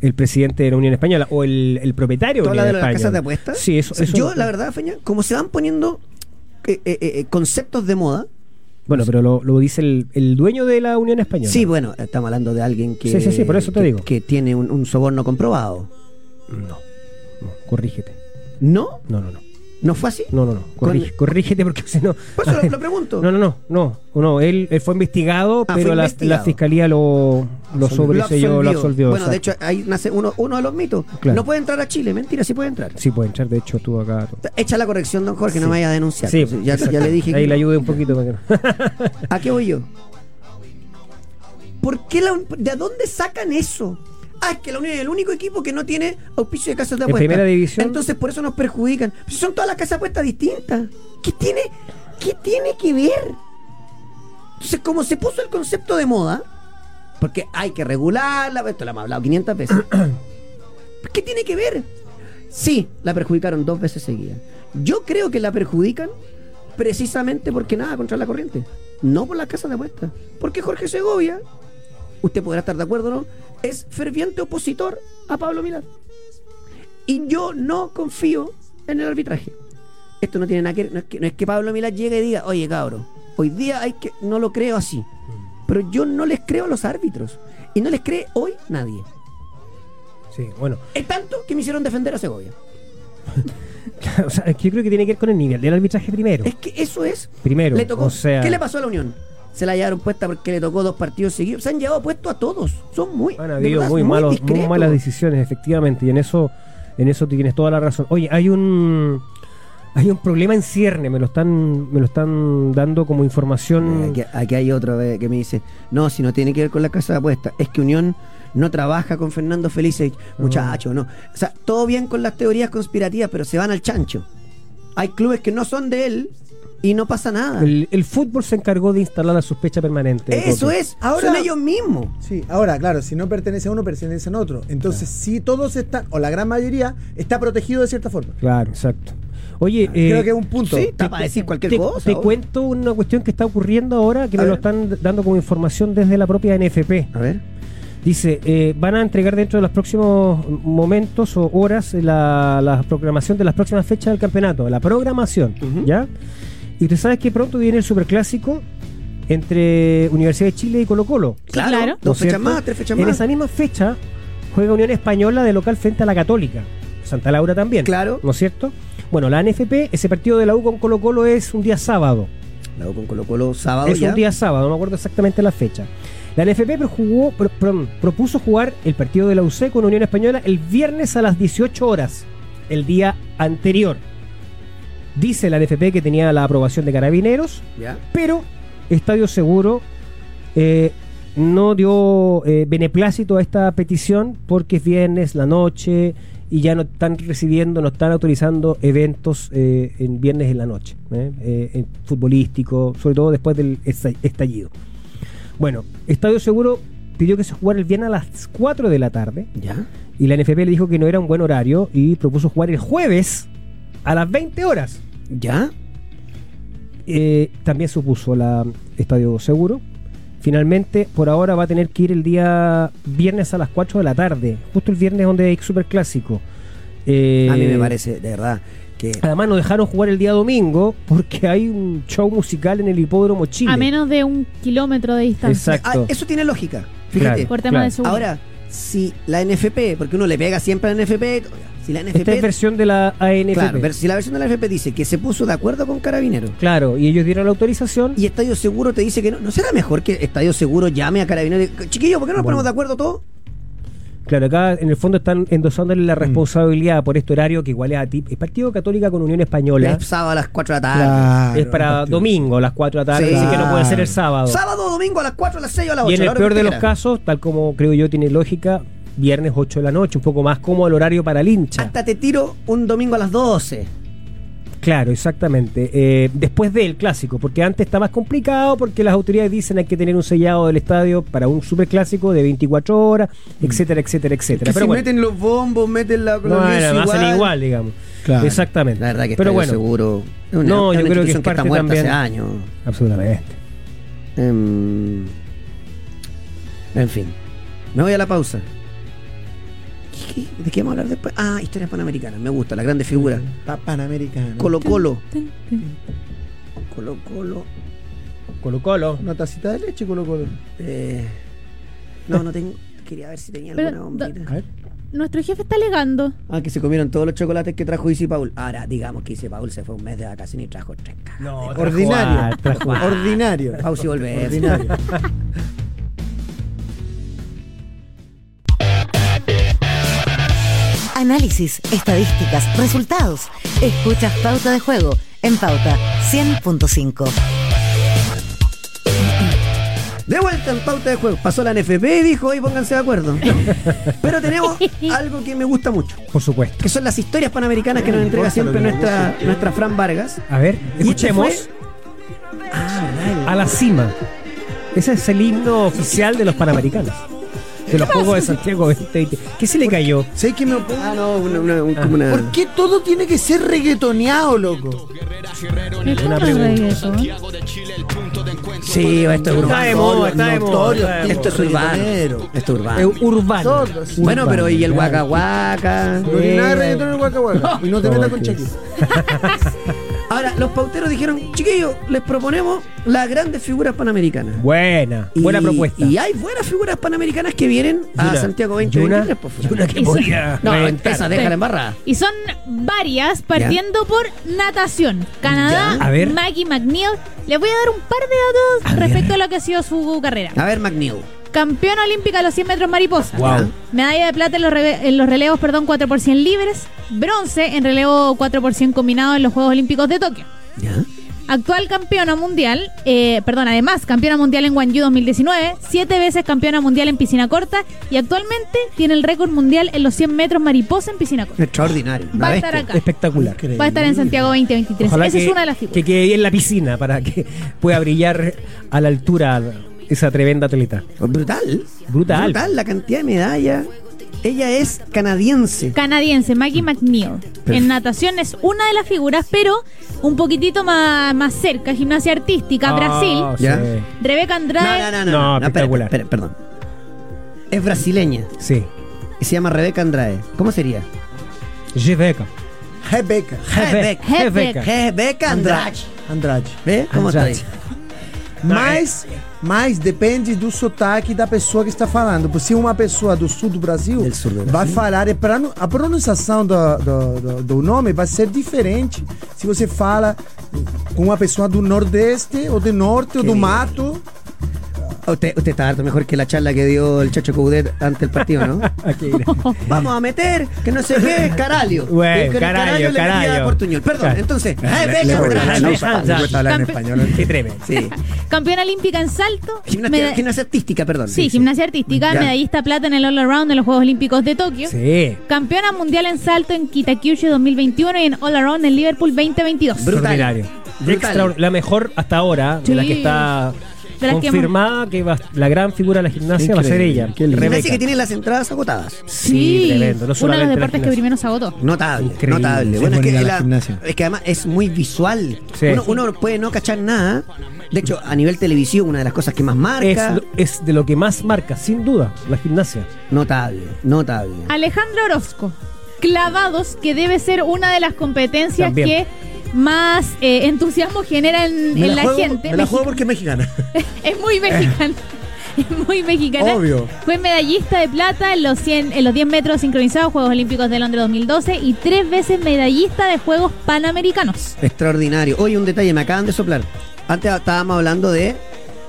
el presidente de la Unión Española o el, el propietario Toda la de Unión las casas Española. de apuestas. Sí, eso. O sea, eso- Yo, la verdad, Feña, como se van poniendo eh, eh, eh, conceptos de moda. Bueno, pero lo, lo dice el, el dueño de la Unión Española. Sí, bueno, estamos hablando de alguien que. Sí, sí, sí, por eso te que- digo. Que tiene un, un soborno comprobado. No, no, corrígete. ¿No? No, no, no. ¿No fue así? No, no, no. Corrí- Corrígete porque si no. Por eso lo, lo pregunto. No, no, no, no, no. Él, él fue investigado, Ah, fue pero la- La, investigado. fiscalía lo, lo sobreselló, lo absolvió. Bueno, de exacto. hecho, ahí nace uno, uno de los mitos. Claro. No puede entrar a Chile, mentira, sí puede entrar. Sí, puede entrar, de hecho estuvo acá. Echa la corrección, don Jorge, no Sí. me vaya a denunciar. Sí, ya, ya le dije. Ahí que- le ayude un poquito para que no. ¿A qué voy yo? ¿Por qué la un- ¿De dónde sacan eso? Ah, es que la Unión es el único equipo que no tiene auspicio de casas de En apuestas. primera división- Entonces por eso nos perjudican. Pero son todas las casas de apuestas distintas. ¿Qué tiene, ¿Qué tiene que ver? Entonces, como se puso el concepto de moda, porque hay que regularla, esto lo hemos hablado 500 veces. ¿Qué tiene que ver? Sí, la perjudicaron dos veces seguidas. Yo creo que la perjudican precisamente porque nada contra la corriente, no por las casas de apuestas. Porque Jorge Segovia, usted podrá estar de acuerdo o no, es ferviente opositor a Pablo Milán. Y yo no confío en el arbitraje. Esto no tiene nada que ver. No es que, no es que Pablo Milán llegue y diga, oye, cabro, hoy día hay que. No lo creo así. Pero yo no les creo a los árbitros. Y no les cree hoy nadie. Sí, bueno. Es tanto que me hicieron defender a Segovia. O sea, es que yo creo que tiene que ver con el nivel del arbitraje primero. Es que eso es. Primero, Le tocó- o sea- ¿Qué le pasó a la Unión? Se la llevaron puesta porque le tocó dos partidos seguidos. Se han llevado puesto a todos. Son muy. Han de habido verdad, muy, malos, muy discretos. malas decisiones, efectivamente, y en eso, en eso tienes toda la razón. Oye, hay un hay un problema en cierne, me lo están, me lo están dando como Mira, información. Aquí, aquí hay otro eh, que me dice, no, si no tiene que ver con la casa de apuestas, es que Unión no trabaja con Fernando Felice, Mm. muchacho, no. O sea, todo bien con las teorías conspirativas, pero se van al chancho. Hay clubes que no son de él y no pasa nada. El, el fútbol se encargó de instalar la sospecha permanente. Eso Coque. es, ahora Ahora- son ellos mismos. Sí, ahora, claro, si no pertenece a uno, pertenece a otro. Entonces, si todos están, o la gran mayoría, está protegido de cierta forma. Claro, exacto. Oye, Creo eh, que es un punto. Sí, está para decir cualquier te, cosa. te obvio. cuento una cuestión que está ocurriendo ahora que A me lo ver. están dando como información desde la propia NFP. A ver. Dice, eh, van a entregar dentro de los próximos momentos o horas la, la programación de las próximas fechas del campeonato, la programación, Ujú. ¿ya? Y usted sabe que pronto viene el superclásico entre Universidad de Chile y Colo Colo. Claro, claro. dos ¿no es fechas cierto? más, tres fechas En más. esa misma fecha juega Unión Española de local frente a la Católica. Santa Laura también. Claro. ¿No es cierto? Bueno, la NFP, ese partido de la U con Colo Colo es un día sábado. La U con Colo Colo sábado es ya. un día sábado, no me acuerdo exactamente la fecha. La NFP pro- jugó- pro- pro- propuso jugar el partido de la UC con Unión Española el viernes a las 18 horas, el día anterior. Dice la NFP que tenía la aprobación de carabineros, Ya. pero Estadio Seguro eh, no dio eh, beneplácito a esta petición porque es viernes, la noche, y ya no están recibiendo, no están autorizando eventos eh, en viernes en la noche, ¿eh? Eh, eh, futbolístico, sobre todo después del esta- estallido. Bueno, Estadio Seguro pidió que se jugara el viernes a las 4 de la tarde Ya. y la NFP le dijo que no era un buen horario y propuso jugar el jueves a las 20 horas. Ya. Eh, también supuso la Estadio Seguro. Finalmente, por ahora va a tener que ir el día viernes a las 4 de la tarde, justo el viernes donde hay superclásico. Eh, a mí me parece, de verdad, que. Además nos dejaron jugar el día domingo porque hay un show musical en el hipódromo Chile. A menos de un kilómetro de distancia. Exacto. Ah, eso tiene lógica. Fíjate. Claro. Por temas de seguridad. Ahora, si la NFP, porque uno le pega siempre a la NFP, si la NFP. Esta es versión de la ANFP. Claro, ver- si la versión de la NFP dice que se puso de acuerdo con Carabineros Claro, y ellos dieron la autorización. y Estadio Seguro te dice que no, ¿no será mejor que Estadio Seguro llame a Carabineros? y diga, Chiquillo, ¿por qué no nos Bueno. ponemos de acuerdo todos? Claro, acá en el fondo están endosándole Mm. la responsabilidad por este horario que igual es a ti. Es Partido Católica con Unión Española. Es sábado a las 4 de la tarde. Claro, es para partido. domingo a las 4 de la tarde, Sí. así que no puede ser el sábado. Sábado, domingo a las 4, a las 6 o a las 8. y en el peor de los casos, tal como creo yo tiene lógica, viernes 8 de la noche, un poco más cómodo el horario para el hincha. Hasta te tiro un domingo a las 12. Claro, exactamente. Eh, después del clásico, porque antes está más complicado, porque las autoridades dicen hay que tener un sellado del estadio para un superclásico de 24 horas, etcétera, etcétera, etcétera. Pero bueno, meten los bombos, meten la no, no, no, hacen igual, digamos. Claro. Exactamente. La verdad que Pero Estadio bueno, seguro. es una- No, es una yo creo que institución es parte está muerta también- hace años. absolutamente. Em, en fin. Me voy a la pausa. ¿Qué- qué- ¿De qué vamos a hablar después? Ah, historias panamericanas. Me gusta, la grande figura. Pa- Panamericano. Colo Colo. Tin, tin. Colo Colo. Colo Colo. Una tacita de leche, Colo Colo. eh, no, no tengo. Quería ver si tenía Pero, alguna bombita. A ver. Nuestro jefe está alegando. Ah, que se comieron todos los chocolates que trajo Isi Paul. Ahora, digamos que Isi Paul se fue un mes de vacaciones y trajo tres cajas. No, Ordinario. trajo- Ordinario. Pausa y volvemos. Ordinario. Análisis, estadísticas, resultados. Escuchas Pauta de Juego en Pauta 100.5. De vuelta en pauta de juego. Pasó la NFP y dijo, hoy pónganse de acuerdo. Pero tenemos algo que me gusta mucho, Por supuesto. que son las historias panamericanas que nos entrega siempre nuestra, nuestra Fran Vargas. A ver, Y este escuchemos. Ah, a la cima. Ese es el himno oficial de los Panamericanos. De los Juegos de Santiago 2020. ¿Qué se le cayó? ¿Sabes qué me opongo? Ah, no, una, una- un- Ah. como una- ¿Por qué todo tiene que ser reggaetoneado, loco? Me Una compra pregunta. reggaeton. Sí, esto es Está de urbano. moda, está de moda. notorio, está de Esto moda. es urbano. Reggaetonero. Esto es Es urbano. urbano. Todos. Ah, Bueno, pero y el Waka Urbano. Waka. No hay nada de reggaetón en el Waka Waka. Y no te No, metas con sí. Shakira. Ahora, los pauteros dijeron, chiquillos, les proponemos las grandes figuras panamericanas. Buena, Y- buena propuesta. Y hay buenas figuras panamericanas que vienen Y a una- Santiago pues, y una- 2023. por favor. y una que Y son- podía No, reventar. empieza, déjala embarrada. Y son varias, partiendo por natación. Canadá, Ya. A ver. Maggie McNeil. Les voy a dar un par de datos A ver. Ah. respecto a lo que ha sido su carrera. A ver, McNeil. Campeona olímpica de los 100 metros ¿eh? mariposa. Wow. Medalla de plata en los, reve- en los relevos, perdón, 4 por 100 libres. Bronce en relevo 4 por 100 combinado en los Juegos Olímpicos de Tokio. Ya. Actual campeona mundial, eh, perdón, además campeona mundial en Guangzhou 2019, siete veces campeona mundial en piscina corta y actualmente tiene el récord mundial en los 100 metros mariposa en piscina corta. Extraordinario. Va Una a estar bestia. acá. Espectacular. Va a estar en Santiago 2023. Ojalá Esa que- es una de las Que figuras. quede bien en la piscina para que pueda brillar a la altura esa tremenda atleta. Brutal. Brutal. Brutal la cantidad de medallas. Ella es canadiense. Canadiense, Mm. Maggie McNeil. En natación es una de las figuras, pero un poquitito más, más cerca. Gimnasia artística, Ah, Brasil. sí. Ya. Rebeca Andrade. No, espera, espectacular. espera, espera, perdón. Es brasileña Sí. y se llama Rebeca Andrade. ¿Cómo sería? Rebeca. Hebeca. Rebeca. Rebeca. Rebeca Andrade. Andrade. Vê como Andrade. tá aí. Mas, mas depende do sotaque da pessoa que está falando. Porque se uma pessoa do sul do Brasil, Do sul do Brasil. vai falar, é pra, a pronunciação do, do, do- do nome vai ser diferente se você fala com uma pessoa do Nordeste, ou do Norte, ou do lindo. Mato. Ah, Usted, usted está harto mejor que la charla que dio el Chacho Coudet ante el partido, ¿no? Aquí, mira. Vamos a meter, que no sé qué, caralio. Bueno, Y que el caralio, le metía caralio. a Portuñol. Perdón, Claro. entonces, Rebeca Le cuesta Andrade. hablar- le cuesta- le cuesta hablar en Campe- español. Qué tremendo. Sí. Campeona olímpica en salto. Gimnasia, meda- gimnasia artística, perdón. sí, gimnasia artística, Ya. medallista plata en el All Around en los Juegos Olímpicos de Tokio. Sí. Campeona mundial en salto en Kitakyushu 2021 y en All Around en Liverpool 2022. Brutal. Extraordinario. Brutal. Extraor- la mejor hasta ahora, Sí. de la que está De las que hemos- confirmada que, va, la gran figura de la gimnasia va a ser Increíble. ella. Qué lindo. Parece Rebeca. que tiene las entradas agotadas. Sí, tremendo. No uno de los solamente la deportes que gimnasia. primero se agotó. Notable, Increíble. notable. Es Bueno, es que, bonita la la- gimnasia. es que además es muy visual. Sí. Uno, uno puede no cachar nada. De hecho, a nivel televisivo, una de las cosas que más marca. Es, es de lo que más marca, sin duda, la gimnasia. Notable, notable. Alejandra Orozco, clavados, que debe ser una de las competencias También. que más eh, entusiasmo genera en, en la, juego, gente. me la juego Mexi- porque es mexicana. es muy mexicana. Es muy mexicana. Obvio. Fue medallista de plata en los, 100, en los 10 metros sincronizados Juegos Olímpicos de Londres 2012 y tres veces medallista de Juegos Panamericanos. Extraordinario. Oye, un detalle, me acaban de soplar. Antes estábamos hablando de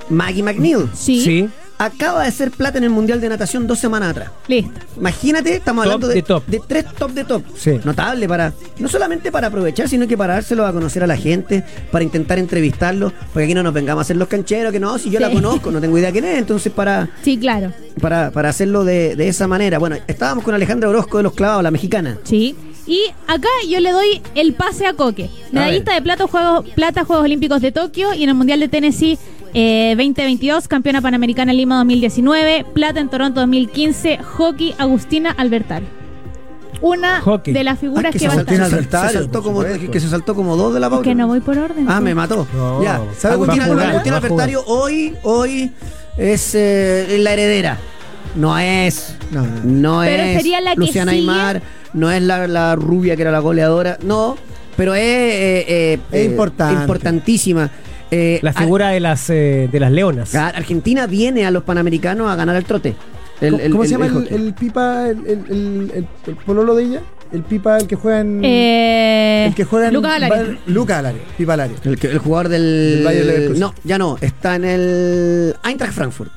Maggie McNeil. Sí. Acaba de ser plata en el Mundial de Natación dos semanas atrás. Listo. Imagínate, estamos Top hablando de, de top. de tres top de top. Sí. Notable para, no solamente para aprovechar, sino que para dárselo a conocer a la gente, para intentar entrevistarlo, porque aquí no nos vengamos a hacer los cancheros, que no, si yo la Sí. conozco, no tengo idea quién es, entonces para, Sí, claro. para, para hacerlo de, de esa manera. Bueno, estábamos con Alejandra Orozco de los Clavados, la mexicana. Sí. Y acá yo le doy el pase a Coque. Medallista de plata, Juegos, plata Juegos Olímpicos de Tokio y en el Mundial de Tennessee eh, 2022, campeona panamericana en Lima 2019, plata en Toronto 2015, hockey Agustina Albertal. Una Hockey. de las figuras Ah, que, va a se, saltó, estar. Agustina se- Albertal, se saltó por como, supuesto. que se saltó como dos de la pauta. Que no voy por orden. pues. Ah, sí. me mató. No. Ya. Va ¿Sabe a Agustina jugar, Agustina va a jugar. Albertario hoy, hoy es eh, la heredera? No es. No, No, no. Pero es. sería la que Luciana sigue. Aymar, no es la, la rubia que era la goleadora. No, pero es. eh, eh, Es eh, importante. Importantísima. Eh, La a- figura de las eh, de las leonas. a- Argentina viene a los panamericanos a ganar el trote. El- ¿Cómo, el- cómo se el- llama el el, hockey. el pipa, el, el- el- el- el pololo de ella? El pipa, el que juega en. Eh, el que juega en. Lucas Alario. Lucas Alario, Pipa Alario. El, que- el jugador Del del. Bayer Leverkusen. no, ya no. Está en el. Eintracht Frankfurt.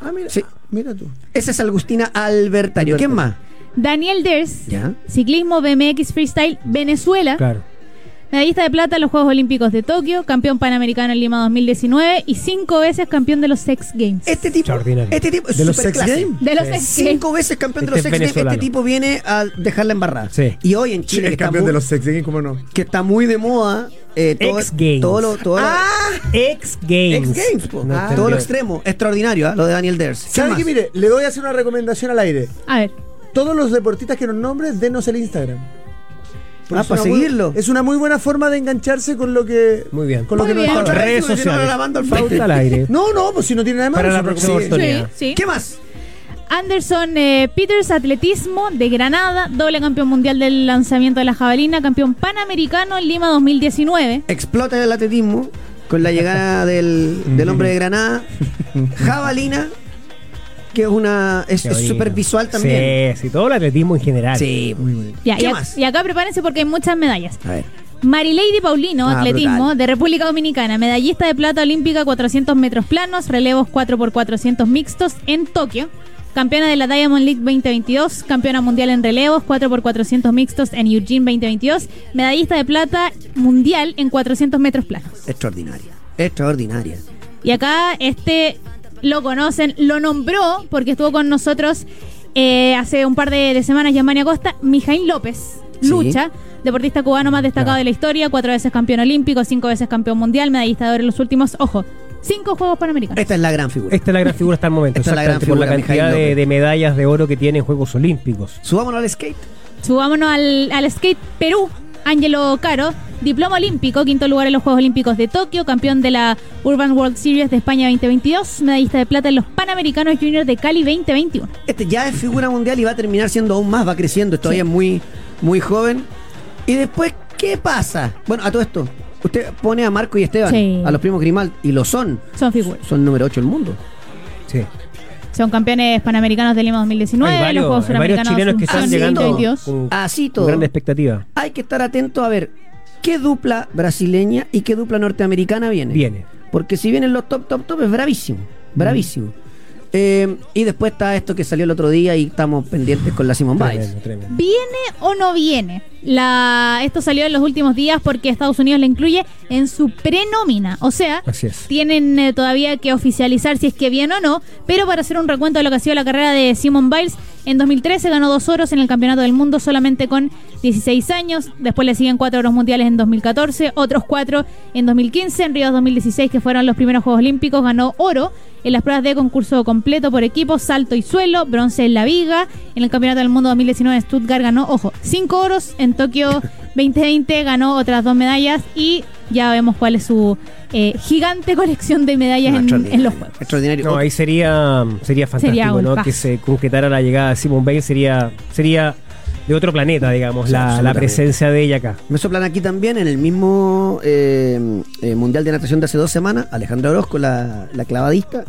Ah, mira, Sí. mira tú. Esa es Agustina Albertario. ¿Quién más? Daniel Ders, Ya. ciclismo BMX Freestyle Venezuela. Claro. Medallista de plata en los Juegos Olímpicos de Tokio, campeón panamericano en Lima 2019 y cinco veces campeón de los Sex Games. Este tipo, Extraordinario. este tipo es ¿De los superclase. Sex Games? de los Sex Games. Cinco veces campeón de los Este es Sex Games. Este venezolano. tipo viene a dejarla embarrada. Sí. Y hoy en Sí, Chile, que es está, campeón muy, de los sex games, ¿cómo no? que está muy de moda, eh, todo, X Games. todo lo, todo lo- Ex Games. X Games, po. No Ah, entendió. todo lo extremo. Extraordinario, ¿eh? lo de Daniel Ders. ¿Quién ¿Sabe más? qué? Mire, le voy a hacer una recomendación al aire. A ver, Todos los deportistas que nos nombres, denos el Instagram. Porque Ah, es para una muy- seguirlo. es una muy buena forma de engancharse con lo que. Muy bien. Con lo Muy que nos bien. nombra. Otra vez, Redes porque si no, sociales. no la mando al frente. Falta al aire. No, no, pues si no tiene nada más. Para la próxima oportunidad. sí, sí. ¿Qué más? Anderson eh, Peters, atletismo de Granada, doble campeón mundial del lanzamiento de la jabalina, campeón panamericano en Lima 2019. Explota el atletismo con la llegada del, del hombre de Granada. Jabalina, que es una. es Qué bonito. súper visual también. Sí, sí, todo el atletismo en general. Sí, muy bonito. Ya, ¿Qué y, a- más? y acá prepárense porque hay muchas medallas. A ver. Marilady Paulino, Ah, atletismo brutal. de República Dominicana, medallista de plata olímpica 400 metros planos, relevos 4x400 mixtos en Tokio, campeona de la Diamond League 2022, campeona mundial en relevos 4x400 mixtos en Eugene 2022, medallista de plata mundial en 400 metros planos. Extraordinaria. Extraordinaria. Y acá este lo conocen, lo nombró porque estuvo con nosotros eh, hace un par de, de semanas ya María Costa, Mijaín López, Sí. lucha, deportista cubano más destacado Claro. de la historia, cuatro veces campeón olímpico, cinco veces campeón mundial, medallista de oro en los últimos, ojo, cinco Juegos Panamericanos. Esta es la gran figura. Esta es la gran figura hasta el momento. Esta es la gran exactamente, por la figura, cantidad Mijail de, López. de medallas de oro que tiene en Juegos Olímpicos. Subámonos al skate. Subámonos al, al skate Perú. Ángelo Caro, diploma olímpico, quinto lugar en los Juegos Olímpicos de Tokio, campeón de la Urban World Series de España 2022, medallista de plata en los Panamericanos Juniors de Cali 2021. Este ya es figura mundial y va a terminar siendo aún más, va creciendo. Todavía es muy, muy joven. Y después, ¿qué pasa? Bueno, a todo esto. Usted pone a Marco y Esteban, Sí. a los primos Grimal, y lo son. Son figuras. Son número 8 del mundo. Sí. Son campeones panamericanos de Lima 2019, Hay varios- los Juegos hay varios Suramericanos chilenos que están Así Asunción llegando 2022. con, Así con todo. gran expectativa. Hay que estar atento a ver qué dupla brasileña y qué dupla norteamericana viene. Viene. Porque si vienen los top, top, top, es bravísimo. Bravísimo. Eh, y después está esto que salió el otro día y estamos pendientes con la Simon Biles. Tremendo, tremendo. ¿Viene o no viene? La, esto salió en los últimos días porque Estados Unidos la incluye en su prenómina. O sea, Así es. tienen eh, todavía que oficializar si es que viene o no. Pero para hacer un recuento de lo que ha sido la carrera de Simon Biles, en 2013 ganó dos oros en el Campeonato del Mundo solamente con 16 años. Después le siguen cuatro oros mundiales en 2014, otros cuatro en 2015. En Río 2016, que fueron los primeros Juegos Olímpicos, ganó oro en las pruebas de concurso completo por equipo, salto y suelo, bronce en la viga. En el Campeonato del Mundo 2019 en Stuttgart ganó, ojo, 5 oros. En Tokio 2020 ganó otras dos medallas y ya vemos cuál es su eh, gigante colección de medallas No, en, extraordinario, en los Juegos. Extraordinario. No, ahí sería, sería fantástico, un ¿no? paso. Que se concretara la llegada de Simone Bale sería, sería de otro planeta, digamos, Sí, la, la absolutamente. presencia de ella acá. Me soplan aquí también en el mismo eh, eh, Mundial de Natación de hace dos semanas, Alejandra Orozco, la, la clavadista,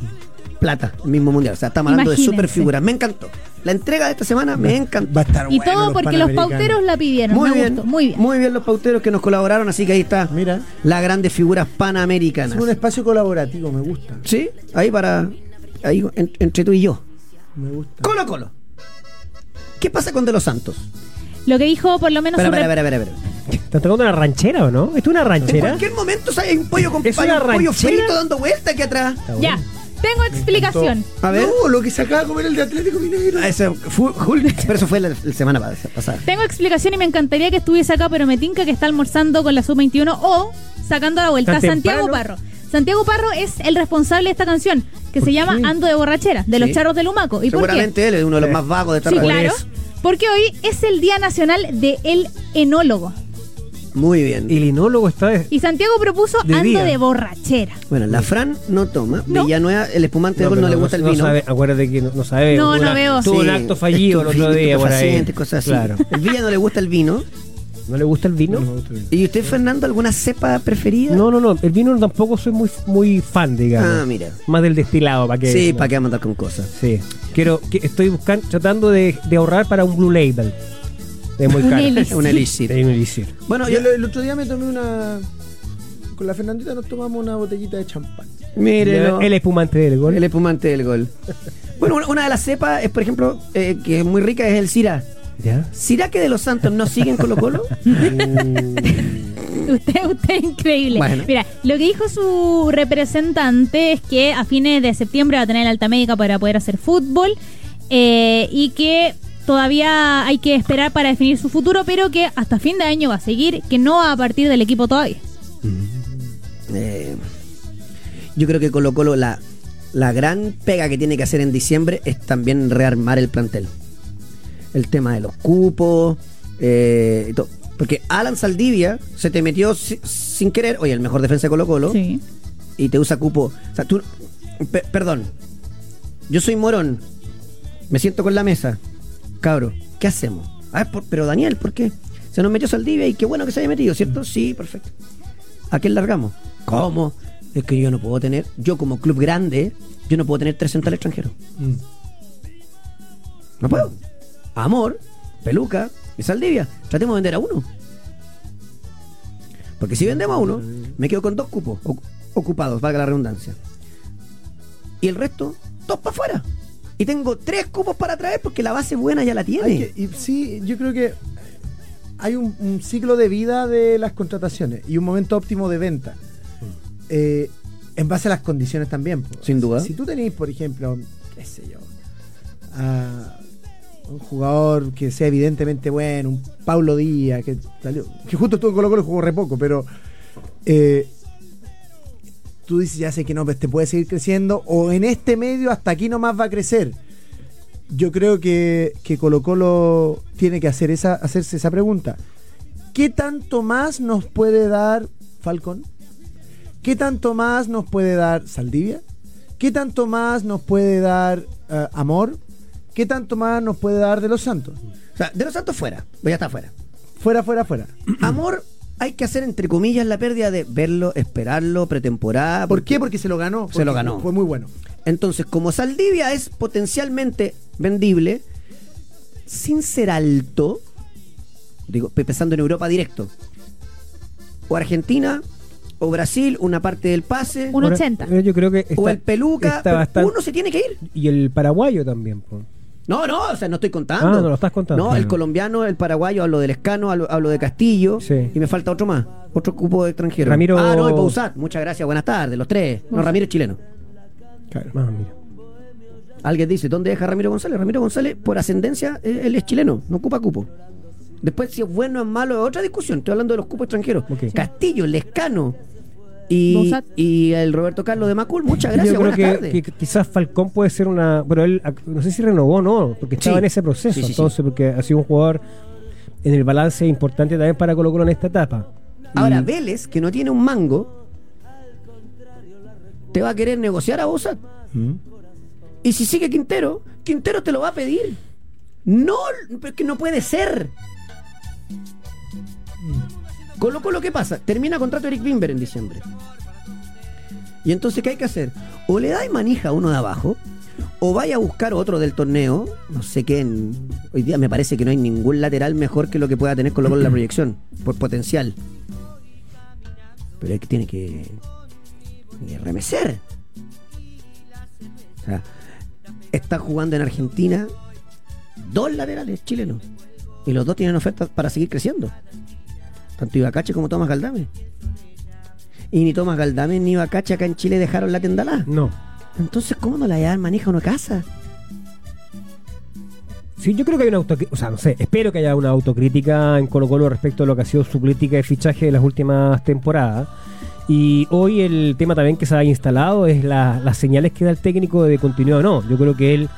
plata, el mismo Mundial. O sea, estamos hablando de Imagínense. super figuras. Me encantó. La entrega de esta semana me encantó. Va a estar Y bueno todo porque los Panamericanos. pauteros la pidieron. Muy me bien, gustó, muy bien. los pauteros que nos colaboraron, así que ahí está. Mira. Las grandes figuras Es panamericanas. un espacio colaborativo, me gusta. Sí, ahí para. Ahí en- entre tú y yo. Me gusta. Colo Colo. ¿Qué pasa con De los Santos? Lo que dijo por lo menos Espera, su espera, rep- espera, espera. ¿Están tocando una ranchera o no? ¿Esto es una En ranchera? cualquier momento sale- hay un pollo con ¿Es hay una un pollo ranchera? frito dando vuelta aquí atrás. Está Ya, bueno. tengo explicación. A ver. No, lo que se acaba de comer el de Atlético Mineiro. Ah, ese fue- Hulk. Pero eso fue la, la semana pas- pasada. Tengo explicación y me encantaría que estuviese acá, pero me tinca que está almorzando con la sub-21 o sacando a la vuelta. Tan Santiago temprano. Parro. Santiago Parro es el responsable de esta canción, que se llama Ando de Borrachera, de los Sí. charros de Lumaco. ¿Y por qué? Seguramente él es uno de los más vagos de esta Sí, radio. claro. Porque hoy es el Día Nacional del Enólogo. Muy bien. El enólogo está... de- Y Santiago propuso De Ando día. de Borrachera. bueno, la Fran no toma. No. Villanueva, el espumante de pero gol Este no, le gusta el vino. sabe, acuérdate que no, no sabe. No, tuvo no una- veo. Tuvo un Sí, acto fallido el otro estupefacente, día por ahí. cosas así. Claro. El Villa no le gusta el vino. ¿No le gusta el vino? ¿Y usted, Fernando, alguna cepa preferida? No, no, no. El vino tampoco soy muy, muy fan, digamos. Ah, mira. Más del destilado, para que. Sí, para qué mandar con cosas. Sí. Quiero, que estoy buscando, tratando de, de ahorrar para un Blue Label. Es muy Un caro. elixir. Es un elixir. Sí, un elixir. Bueno, Yo yo el, el otro día me tomé una. Con la Fernandita nos tomamos una botellita de champán. Mírelo. El espumante del gol. El espumante del gol. Bueno, una- una de las cepas es, por ejemplo, eh, que es muy rica, es el Cira. ¿Ya? ¿Cira que de los Santos no siguen Colo Colo? Usted, usted es increíble. Bueno. Mira, lo que dijo su representante es que a fines de septiembre va a tener alta médica para poder hacer fútbol eh, y que todavía hay que esperar para definir su futuro, pero que hasta fin de año va a seguir, que no va a partir del equipo todavía. Eh, yo creo que Colo Colo, la, la gran pega que tiene que hacer en diciembre es también rearmar el plantel. El tema de los cupos. eh, y todo. porque Alan Saldivia se te metió si- sin querer, oye, el mejor defensa de Colo Colo, Sí. y te usa cupo. O sea, tú. pe- perdón. Yo soy morón. Me siento con la mesa. Cabro, ¿qué hacemos? Ah, por- pero Daniel, ¿por qué? Se nos metió Saldivia y qué bueno que se haya metido, ¿cierto? Sí, perfecto. ¿A quién largamos? ¿Cómo? Es que yo no puedo tener, yo como club grande, yo no puedo tener tres centrales extranjeros. No puedo. Amor, Peluca y Saldivia. Tratemos de vender a uno. Porque si vendemos a uno, me quedo con dos cupos oc- ocupados, valga la redundancia. Y el resto, dos para afuera. Y tengo tres cupos para traer porque la base buena ya la Hay tiene. que- y sí, yo creo que hay un, un ciclo de vida de las contrataciones y un momento óptimo de venta. Eh, en base a las condiciones también. po. Sin duda. Si tú tenés, por ejemplo, qué sé yo, a un jugador que sea evidentemente bueno, un Paulo Díaz, que salió, que justo estuvo en Colo Colo y jugó re poco, pero eh, tú dices, ya sé que no, pues te puede seguir creciendo, o en este medio hasta aquí nomás va a crecer. Yo creo que, que Colo Colo tiene que hacer esa, hacerse esa pregunta. ¿Qué tanto más nos puede dar Falcón? ¿Qué tanto más nos puede dar Saldivia? ¿Qué tanto más nos puede dar eh, Amor? ¿Qué tanto más nos puede dar De los Santos? O sea, de los santos fuera. Pues ya está fuera. Fuera, fuera, fuera. Amor, hay que hacer entre comillas la pérdida de verlo, esperarlo, pretemporada. ¿Por qué? Porque se lo ganó. Se porque lo ganó. Fue muy bueno. Entonces, como Saldivia es potencialmente vendible, sin ser alto, digo, pe- pensando en Europa directo, o Argentina, o Brasil, una parte del pase, Un Ahora, 80. eh, Yo creo que está, o el Peluca, está pero bastante- uno se tiene que ir. Y el paraguayo también. po. No, no, o sea, no estoy contando. Ah, no lo estás contando. No, el Claro. colombiano, el paraguayo, hablo del Escano, hablo, hablo de Castillo. Sí. Y me falta otro más, otro cupo de extranjero. Ramiro- Ah, no, y Pausat. Muchas gracias, buenas tardes, los tres. No, Ramiro es chileno. Ah, mira. Alguien dice, ¿dónde deja Ramiro González? Ramiro González, por ascendencia, eh, él es chileno, no ocupa cupo. Después, si es bueno o es malo, es otra discusión. Estoy hablando de los cupos extranjeros. Ok. Castillo, Lescano y, Bausat. y el Roberto Carlos de Macul. Muchas gracias, Yo creo buenas que, tardes. que quizás Falcón puede ser una. Bueno, él ac- no sé si renovó o no, porque estaba Sí. en ese proceso. Sí, sí, sí. entonces, porque ha sido un jugador en el balance importante también para Colo Colo en esta etapa. Ahora, Y- Vélez, que no tiene un mango, te va a querer negociar a Bosa. Y si sigue Quintero, Quintero te lo va a pedir. No, pero es que no puede ser. Colo Colo, ¿qué pasa? Termina contrato Eric Bimber en diciembre. Y entonces, ¿qué hay que hacer? O le dais manija a uno de abajo, o vaya a buscar otro del torneo. No sé quién. Hoy día me parece que no hay ningún lateral mejor que lo que pueda tener Colo Colo en la proyección, por potencial. Pero es que tiene que, tiene que remecer. O sea, están jugando en Argentina dos laterales chilenos. Y los dos tienen ofertas para seguir creciendo. Tanto Ibacache como Tomás Galdame. Y ni Tomás Galdame ni Ibacache acá en Chile dejaron la tendalá. No. Entonces, ¿cómo no la llevan maneja uno a casa? Sí, yo creo que hay una autocrítica, o sea, no sé, espero que haya una autocrítica en Colo Colo respecto a lo que ha sido su política de fichaje de las últimas temporadas. Y hoy el tema también que se ha instalado es la- las señales que da el técnico de continuidad o no. Yo creo que él,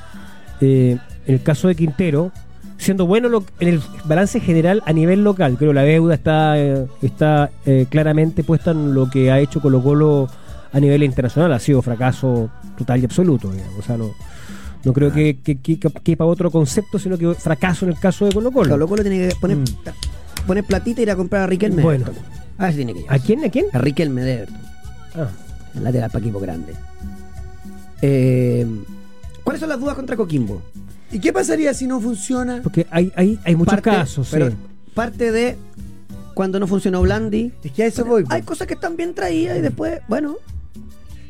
eh, en el caso de Quintero, siendo bueno lo- en el balance general a nivel local, creo que la deuda está, eh, está eh, claramente puesta en lo que ha hecho Colo Colo a nivel internacional. Ha sido fracaso total y absoluto, digamos. O sea, no, no creo que, que, que- que quepa otro concepto, sino que fracaso en el caso de Colo Colo. Colo Colo tiene que poner, Mm. poner platita y ir a comprar a Riquelme. Bueno. A ver tiene que ir. ¿A quién? ¿A quién? A Riquelme de Everton. Ah, El lateral para equipo grande. Eh, ¿Cuáles son las dudas contra Coquimbo? ¿Y qué pasaría si no funciona? porque hay, hay, hay muchos Parte- casos. Pero sí. parte de cuando no funcionó Blandi. Es que a eso pues. voy. pues. Hay po. cosas que están bien traídas y después, bueno,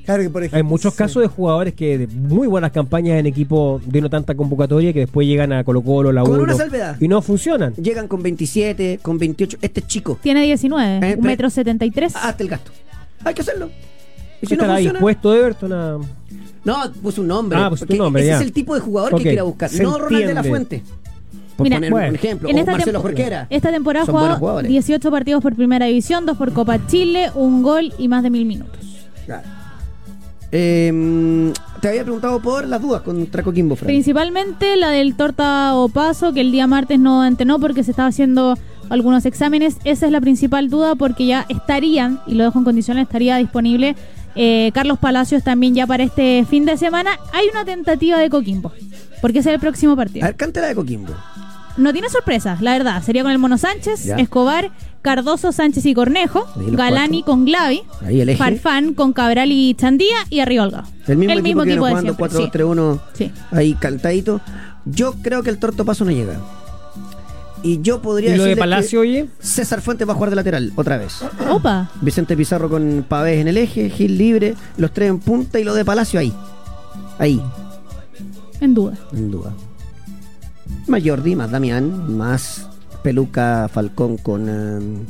Claro que por ejemplo, Hay muchos sí. casos de jugadores que de muy buenas campañas en equipo de no tanta convocatoria que después llegan a Colo Colo, la Con U, una no- salvedad. y no funcionan. llegan con 27, con 28. Este es chico, Tiene 19, Eh, Ah, un pe- metro 73. hazte el gasto. Hay que hacerlo. Y si no ¿Estará funciona, dispuesto Everton a.? no, puse un nombre. Ah, puso tu porque nombre, ese ya. es el tipo de jugador Ok, que quiera buscar. se no Ronald de la entiende. Fuente. Por Mira, poner Bueno. un ejemplo. En o esta Marcelo tempo- Jorquera. Esta temporada Son buenos ha jugado jugadores. 18 partidos por Primera División, 2 por Copa Chile, un gol y más de mil minutos. Claro. Eh, te había preguntado por las dudas contra Coquimbo, Fran. Principalmente la del torta o paso, que el día martes no entrenó porque se estaba haciendo algunos exámenes. Esa es la principal duda porque ya estarían, y lo dejo en condiciones, estaría disponible eh, Carlos Palacios también ya para este fin de semana. Hay una tentativa de Coquimbo, porque ese es el próximo A partido. ver, cántela de Coquimbo. No tiene sorpresas, la verdad. Sería con el Mono Sánchez, Ya. Escobar, Cardoso, Sánchez y Cornejo, Ahí los Galani cuatro. con Glavi, Ahí el eje. Farfán con Cabral y Chandía y Arriolga. El mismo equipo que viene jugando siempre, 4-2-3-1 sí. Sí. ahí cantadito. Yo creo que el torto paso no llega. Y yo podría ¿Y lo de decirles que Palacio, oye? César Fuentes va a jugar de lateral otra vez. Opa. Vicente Pizarro con Pavés en el eje, Gil libre, los tres en punta y lo de Palacio ahí. Ahí, En duda. en duda. Más Jordi, más Damián, más Peluca Falcón con eh,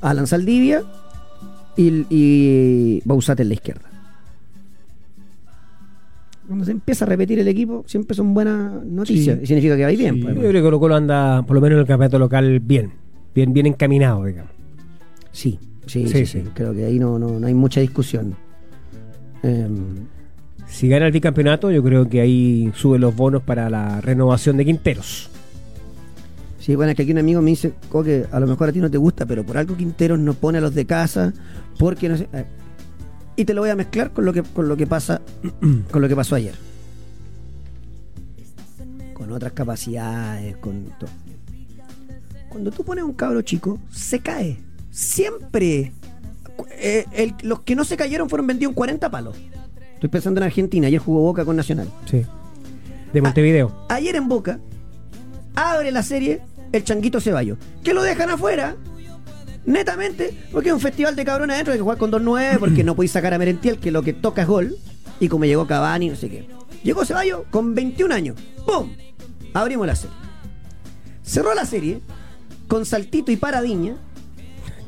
Alan Saldivia y, y Bausat en la izquierda. Cuando se empieza a repetir el equipo, siempre son buenas noticias. Sí. Y Significa que va bien. Sí, pues, yo creo que Colo Colo anda, por lo menos en el campeonato local, bien. Bien, bien encaminado, digamos. Sí, sí, Sí, sí, sí. sí. Creo que ahí no, no, no hay mucha discusión. Em, Si gana el bicampeonato, yo creo que ahí suben los bonos para la renovación de Quinteros. sí, bueno, es que aquí un amigo me dice, Coque, a lo mejor a ti no te gusta, pero por algo Quinteros no pone a los de casa, porque no sé. eh, y te lo voy a mezclar con lo que, con lo que pasa, con lo que pasó ayer. Con otras capacidades, con todo. Cuando tú pones un cabro chico, se cae. Siempre. Cu- eh, el- los que no se cayeron fueron vendidos en 40 palos. Estoy pensando en Argentina. Ayer jugó Boca con Nacional. Sí. Ah. De Montevideo. Ayer en Boca, abre la serie el Changuito Ceballos. Que lo dejan afuera, netamente, porque es un festival de cabrones adentro, hay que jugar con 2-9, porque no podéis sacar a Merentiel, que lo que toca es gol. Y como llegó Cavani, no sé qué. Llegó Ceballos con 21 años. ¡Pum! Abrimos la serie. Cerró la serie con Saltito y Paradiña.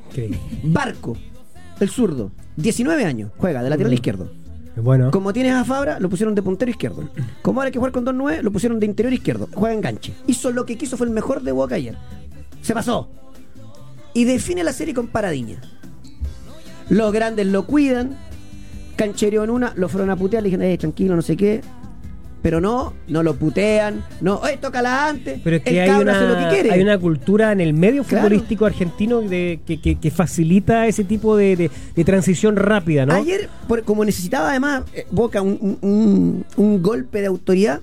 Increíble. Barco, el zurdo, 19 años, juega de lateral izquierdo. Bueno. Como tienes a Fabra, lo pusieron de puntero izquierdo. Como ahora hay que jugar con 2-9, lo pusieron de interior izquierdo. Juega enganche. Hizo lo que quiso, fue el mejor de Boca ayer. Se pasó. Y define la serie con Paradiña. Los grandes lo cuidan. Canchereo en una, lo fueron a putear, le dijeron, eh, tranquilo, no sé qué. Pero no, no lo putean. No, oye, tócala antes. Pero es que el hay cabro hace una, lo que quiere. hay una cultura en el medio Claro. futbolístico argentino de, que, que- que facilita ese tipo de, de- de transición rápida, ¿no? Ayer, por- como necesitaba además eh, Boca un, un- un- un golpe de autoridad,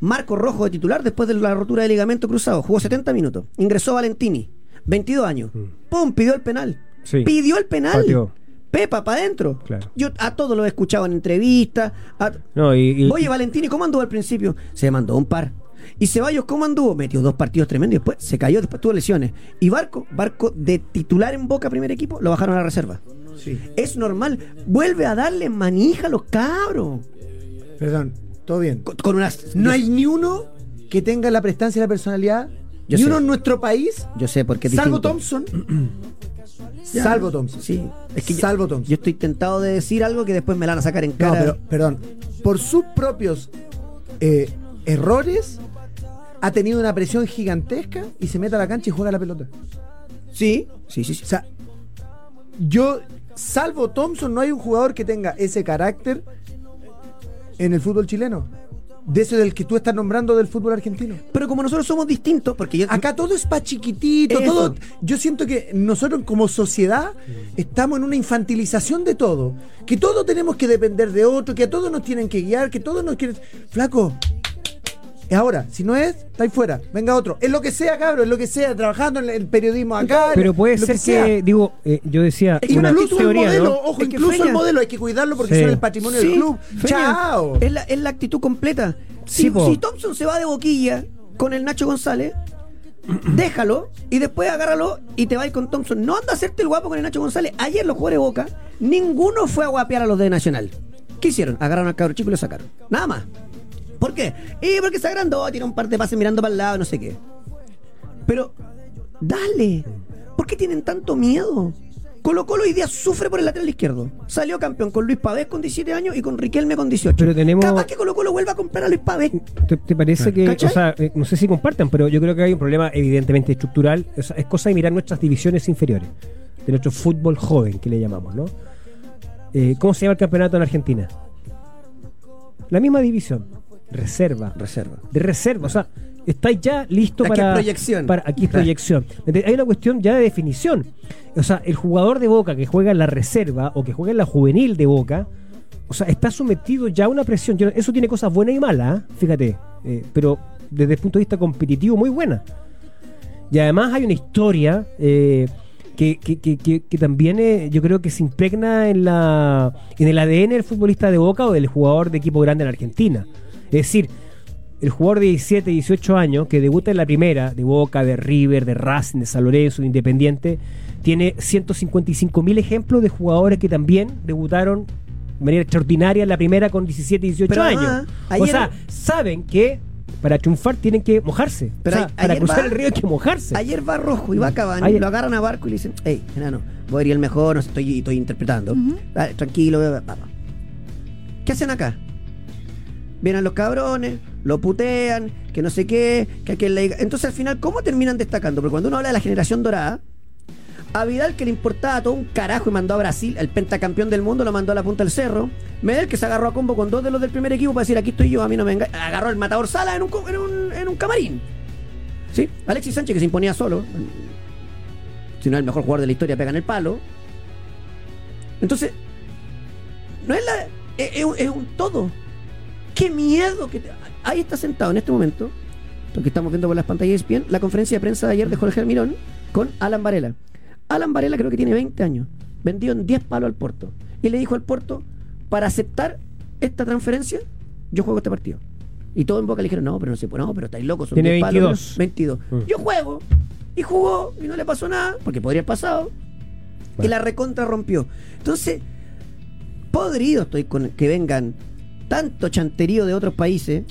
Marco Rojo de titular después de la rotura de ligamento cruzado, jugó 70 minutos, ingresó Valentini, 22 años, ¡pum! pidió el penal. Mm. Sí. Pidió el penal. Pateó. Pepa, para adentro. Claro. Yo a todos los he escuchado en entrevistas. a- No, y, y- Oye, Valentini, ¿cómo anduvo al principio? Se mandó un par. Y Ceballos, ¿cómo anduvo? Metió dos partidos tremendos y después se cayó, después tuvo lesiones. Y Barco, Barco de titular en Boca, primer equipo, lo bajaron a la reserva. Es normal. Vuelve a darle manija a los cabros. Perdón, todo bien. Con, con unas. No yo- hay ni uno que tenga la prestancia y la personalidad. Yo ni sé. uno en nuestro país. Yo sé porque es salvo distinto. Thompson. salvo Thompson. Sí. Es que yo- salvo Thompson. Yo estoy tentado de decir algo que después me la van a sacar en cara. No, pero, perdón. Por sus propios eh, errores, ha tenido una presión gigantesca y se mete a la cancha y juega la pelota. Sí, sí, sí. sí. O sea, yo, salvo Thompson, no hay un jugador que tenga ese carácter en el fútbol chileno. De ese del que tú estás nombrando del fútbol argentino. Pero como nosotros somos distintos, porque yo. Acá todo es pa' chiquitito, Eso. todo. Yo siento que nosotros como sociedad estamos en una infantilización de todo. Que todo tenemos que depender de otro, que a todos nos tienen que guiar, que todos nos quieren. Flaco, es ahora. Si no es, está ahí fuera. Venga otro. Es lo que sea, cabrón, es lo que sea, trabajando en el periodismo acá. pero puede lo ser que, sea. digo, eh, yo decía, Es que una incluso teoría, el modelo, ¿no? ojo, Es que incluso el Feña- modelo hay que cuidarlo porque Sí. son el patrimonio Sí, del club. Feña, Chao. Es la, es la actitud completa. Sí, Si- po. si, Thompson se va de boquilla con el Nacho González, déjalo y después agárralo y te vas con Thompson. No anda a hacerte el guapo con el Nacho González. Ayer los jugadores de Boca, ninguno fue a guapear a los de Nacional. ¿Qué hicieron? Agarraron al cabro chico y lo sacaron. Nada más. ¿Por qué? Y porque se agrandó, tiene un par de pases mirando para el lado, no sé qué. Pero, dale. ¿Por qué tienen tanto miedo? Colo Colo hoy día sufre por el lateral izquierdo. Salió campeón con Luis Pavés con 17 años y con Riquelme con 18. Pero tenemos- Capaz que Colo Colo vuelva a comprar a Luis Pavés. ¿Te, te parece que, ¿Cachai? o sea, eh, no sé si compartan, pero yo creo que hay un problema evidentemente estructural. O sea, es cosa de mirar nuestras divisiones inferiores, de nuestro fútbol joven, que le llamamos, ¿no? Eh, ¿Cómo se llama el campeonato en Argentina? La misma división, reserva. Reserva. de reserva. O sea, estáis ya listo Aquí para. es proyección. Para, aquí es Claro. proyección. Ente- Hay una cuestión ya de definición. O sea, el jugador de boca que juega en la reserva o que juega en la juvenil de boca, o sea, está sometido ya a una presión. Yo- Eso tiene cosas buenas y malas, ¿ah? fíjate. eh, pero desde el punto de vista competitivo, muy buena. Y además hay una historia eh, que, que- que- que- que también eh, yo creo que se impregna en, la, en el ADN del futbolista de Boca o del jugador de equipo grande en Argentina. Es decir, el jugador de 17, 18 años que debuta en la primera, de Boca, de River, de Racing, de San Lorenzo, de Independiente, tiene 155 mil ejemplos de jugadores que también debutaron de manera extraordinaria en la primera con 17, 18 Pero años. además, o ayer- sea, saben que para triunfar tienen que mojarse. Pero O sea, a- para ayer cruzar va- el río hay que mojarse. Ayer va Rojo y va Cavani, Ayer- lo agarran a Barco y le dicen, hey, enano, vos eres el mejor, no sé, estoy, estoy interpretando. Dale, tranquilo, bla, bla, bla, bla". ¿Qué hacen acá? Vienen los cabrones, lo putean, que no sé qué, que aquel le diga- Entonces al final, ¿cómo terminan destacando? Porque cuando uno habla de la generación dorada, a Vidal que le importaba todo un carajo y mandó a Brasil, el pentacampeón del mundo, lo mandó a la punta del cerro. Medel que se agarró a combo con dos de los del primer equipo para decir, aquí estoy yo, a mí no me enga-". Agarró el matador Sala en un, co- en un- en un camarín. ¿Sí? Alexis Sánchez que se imponía solo. Si no es el mejor jugador de la historia, pega en el palo. Entonces, no es la. Es, es un, es un todo. ¡Qué miedo! que te- Ahí está sentado en este momento lo que estamos viendo por las pantallas bien la conferencia de E prensa de ayer de Jorge Almirón con Alan Varela. Alan Varela creo que tiene 20 años, vendió en 10 palos al Porto. Y le dijo al Porto, para aceptar esta transferencia, yo juego este partido. Y todo en boca le dijeron, no, pero no se puede, no, pero estáis locos, son Tiene 10 palos, pero- 22. 22. Mm. Yo juego, y jugó, y no le pasó nada, porque podría haber pasado. Y Bueno. la recontra rompió. Entonces, podrido estoy con que vengan tanto chanterío de otros países,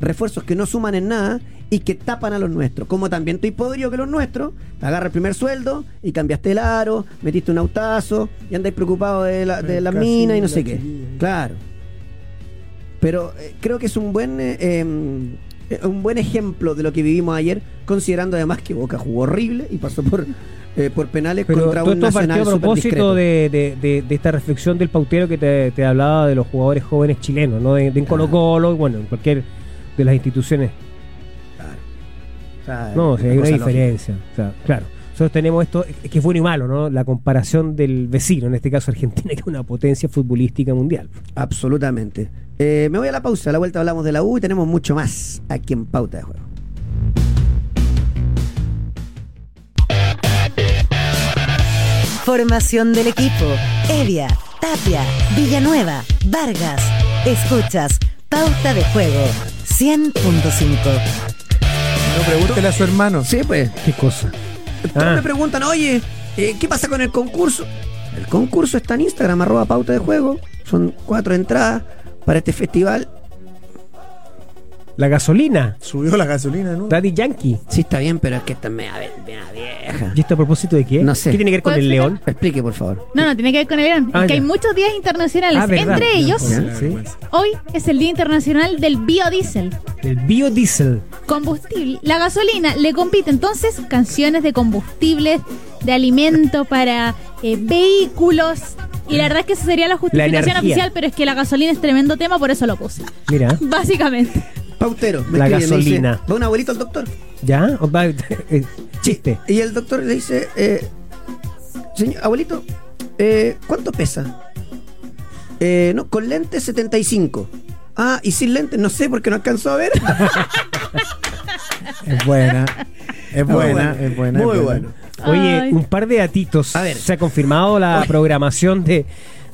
refuerzos que no suman en nada y que tapan a los nuestros. Como también estoy podrido que los nuestros, te agarra el primer sueldo y cambiaste el aro, metiste un autazo y andáis preocupado de la, de Eh, El la casino, mina y no la sé qué. chiquilla. Claro. Pero eh, creo que es un buen eh, eh, un buen ejemplo de lo que vivimos ayer, considerando además que Boca jugó horrible y pasó por, eh, por penales Pero contra todo un esto nacional partió a propósito superdiscreto. de, de- de- de esta reflexión del pautero que te, te hablaba de los jugadores jóvenes chilenos, ¿no? De, de en Colo Colo, bueno, en cualquier de las instituciones. O sea, No, o sea, hay una cosa lógica. diferencia. O sea, claro. Nosotros tenemos esto, es que es bueno y malo, ¿no? La comparación del vecino, en este caso Argentina, que es una potencia futbolística mundial. Absolutamente. Eh, me voy a la pausa, a la vuelta hablamos de la U y tenemos mucho más aquí en Pauta de Juego. Formación del equipo. Evia, Tapia, Villanueva, Vargas. Escuchas Pauta de Juego 100.5. No pregúntele a su hermano. Sí, pues. ¿Qué cosa? Todos Ah. me preguntan, oye, eh, ¿qué pasa con el concurso? El concurso está en Instagram, arroba pauta de juego. Son cuatro entradas para este festival. La gasolina, Subió la gasolina, ¿no? Daddy Yankee. Sí, está bien, pero es que esta es media, ve- media vieja. ¿Y esto a propósito de qué? No sé. ¿Qué tiene que ver con ¿Cuál el será? león? Explique, por favor. No, no, tiene que ver con el Irán. Ah, es que ya. hay muchos días internacionales. Ah, verdad. Entre Ya, ellos, ya. La vergüenza. hoy es el Día Internacional del Biodiesel. El biodiesel. Combustible. La gasolina le compite entonces canciones de combustibles, de alimento para eh, vehículos. Y la verdad es que esa sería la justificación energía. oficial, pero es que la gasolina es tremendo tema, por eso lo puse. Mira, Básicamente. Pautero, me La escribe, me dice, gasolina. Va un abuelito al doctor. ¿ya? O va- eh, Chiste. Y el doctor le dice, eh, señor, abuelito, eh, ¿cuánto pesa? Eh, no, con lentes 75. Ah, y sin lentes, no sé porque no alcanzó a ver. Es buena. Es Muy buena, bueno. es buena. Muy es buena. bueno. Oye, Ay. un par de datitos. A ver. Se ha confirmado la Oye. programación de,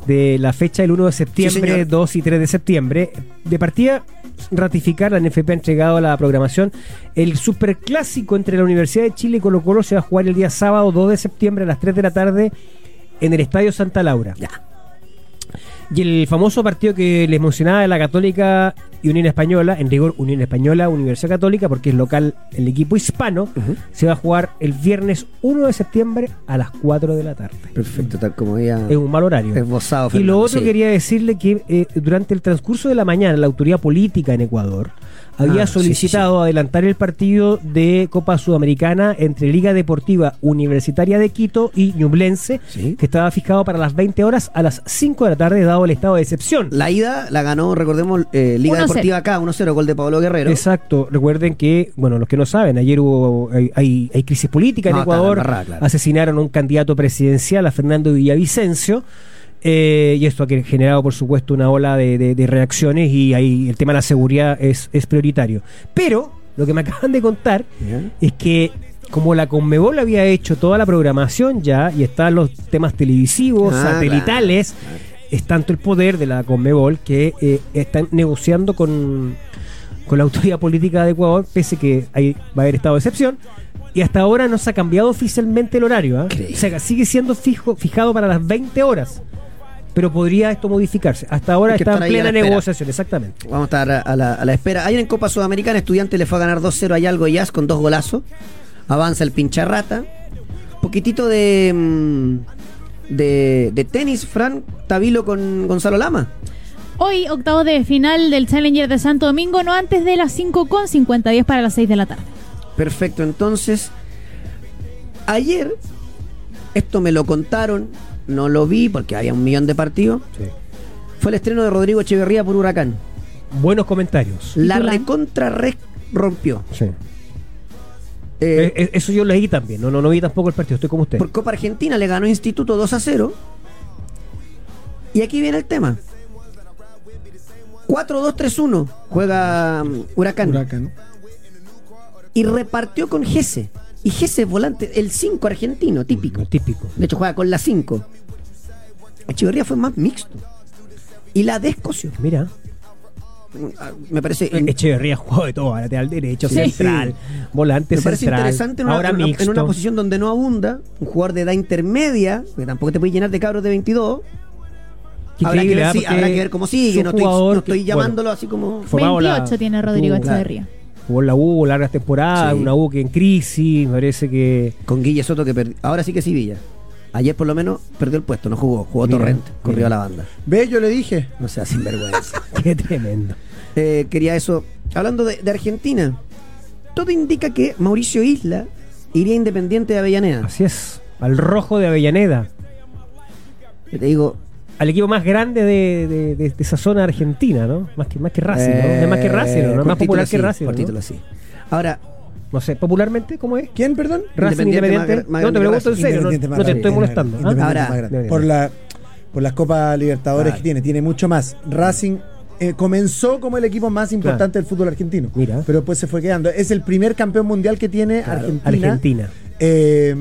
de la fecha del 1 de septiembre, señor. 2 y 3 de septiembre. De partida, ratificar, la NFP ha entregado la programación. El superclásico entre la Universidad de Chile y Colo Colo se va a jugar el día sábado 2 de septiembre a las 3 de la tarde en el Estadio Santa Laura. Y el famoso partido que les mencionaba de la Católica y Unión Española, en rigor Unión Española, Universidad Católica, porque es local el equipo hispano, se va a jugar el viernes 1 de septiembre a las 4 de la tarde. Perfecto, tal como ya Es un mal horario. esbozado. Y Fernando, lo otro sí. quería decirle que eh, durante el transcurso de la mañana la autoridad política en Ecuador había Ah, sí, solicitado adelantar el partido de Copa Sudamericana entre Liga Deportiva Universitaria de Quito y Ñublense, Sí. que estaba fijado para las 20 horas a las 5 de la tarde dado el estado de excepción. La ida la ganó, recordemos, eh, Liga 1-0. Deportiva acá, 1-0, gol de Pablo Guerrero. Exacto, recuerden que, bueno, los que no saben, ayer hubo, hay, hay- hay crisis política en No, está Ecuador, embarrada, claro. asesinaron a un candidato presidencial, a Fernando Villavicencio, eh, y esto ha que- generado, por supuesto, una ola de, de- de reacciones y ahí el tema de la seguridad es, es prioritario. Pero lo que me acaban de contar Bien. es que como la Conmebol había hecho toda la programación ya y están los temas televisivos, Ah, satelitales, es tanto el poder de la Conmebol que eh, están negociando con, con la autoridad política de Ecuador, pese que ahí va a haber estado de excepción. Y hasta ahora no se ha cambiado oficialmente el horario. ¿ah? Increíble. O sea, sigue siendo fijo, fijado para las 20 horas. Pero podría esto modificarse. Hasta ahora Hay que está en estar ahí a la plena espera. negociación, exactamente. Vamos a estar a la, a la espera. Ayer en Copa Sudamericana, Estudiante le fue a ganar 2-0 a Yalgo Jazz con dos golazos. Avanza el pincharrata. Poquitito de, mm, de, de tenis, Fran Tabilo con Gonzalo Lama. Hoy, octavo de final del Challenger de Santo Domingo, no antes de las 5.50, 10 para las 6 de la tarde. Perfecto, entonces. Ayer, esto me lo contaron, no lo vi porque había un millón de partidos. Fue el estreno de Rodrigo Echeverría por Huracán. Buenos comentarios. La Huracán. recontra re- rompió. Sí. Eh, Eh, eh, eso yo leí también. No, no, no vi tampoco el partido. Estoy como usted. Por Copa Argentina le ganó Instituto 2 a 0. Y aquí viene el tema. 4-2-3-1 juega mm, Huracán. Huracán. y repartió con Gese. Y Gese es volante, el 5 argentino, típico. Típico. De hecho, juega con la 5. Echeverría fue más mixto. Y la de Escocio. Mira. Ah, Me parece. Echeverría jugó de todo, lateral derecho, Sí. central, volante Me parece central. interesante en una, ahora en una- mixto. en una posición donde no abunda, un jugador de edad intermedia, porque tampoco te puedes llenar de cabros de 22. Qué Habrá que, increíble, ver ¿ah? si- Porque habrá que ver cómo es sigue, un no estoy, jugador no que- estoy bueno, llamándolo así como... formado la- Uh, 28 tiene Rodrigo Claro. Echeverría. Jugó en la U, largas temporadas, Sí. una U que en crisis, me parece que... Con Guille Soto que perdió. Ahora sí que sí, Villa. Ayer por lo menos perdió el puesto, no jugó, jugó Mira, Torrente, mira. corrió a la banda. Ve, yo le dije. No sea sinvergüenza. Qué tremendo. Eh, quería eso. Hablando de, de Argentina, todo indica que Mauricio Isla iría independiente de Avellaneda. Así es. Al rojo de Avellaneda. Yo te digo, Al equipo más grande de, de- de- de esa zona argentina, ¿no? Más que, más que Racing, ¿no? eh, Es más que Racing, ¿no? por Es más popular título que sí, Racing, Por ¿no? título sí. Ahora, No sé, popularmente, ¿cómo es? ¿Quién, perdón? Racing Independiente Independiente. más gr- más no te grande pregunto en que serio, no, Independiente más no te grande. estoy molestando. ¿ah? Independiente Ahora, más grande. Independiente. por, la, por las Copas Libertadores Claro. que tiene, tiene mucho más. Racing eh, comenzó como el equipo más importante del fútbol argentino, Mira. pero después se fue quedando. Es el primer campeón mundial que tiene Argentina. Argentina. Eh,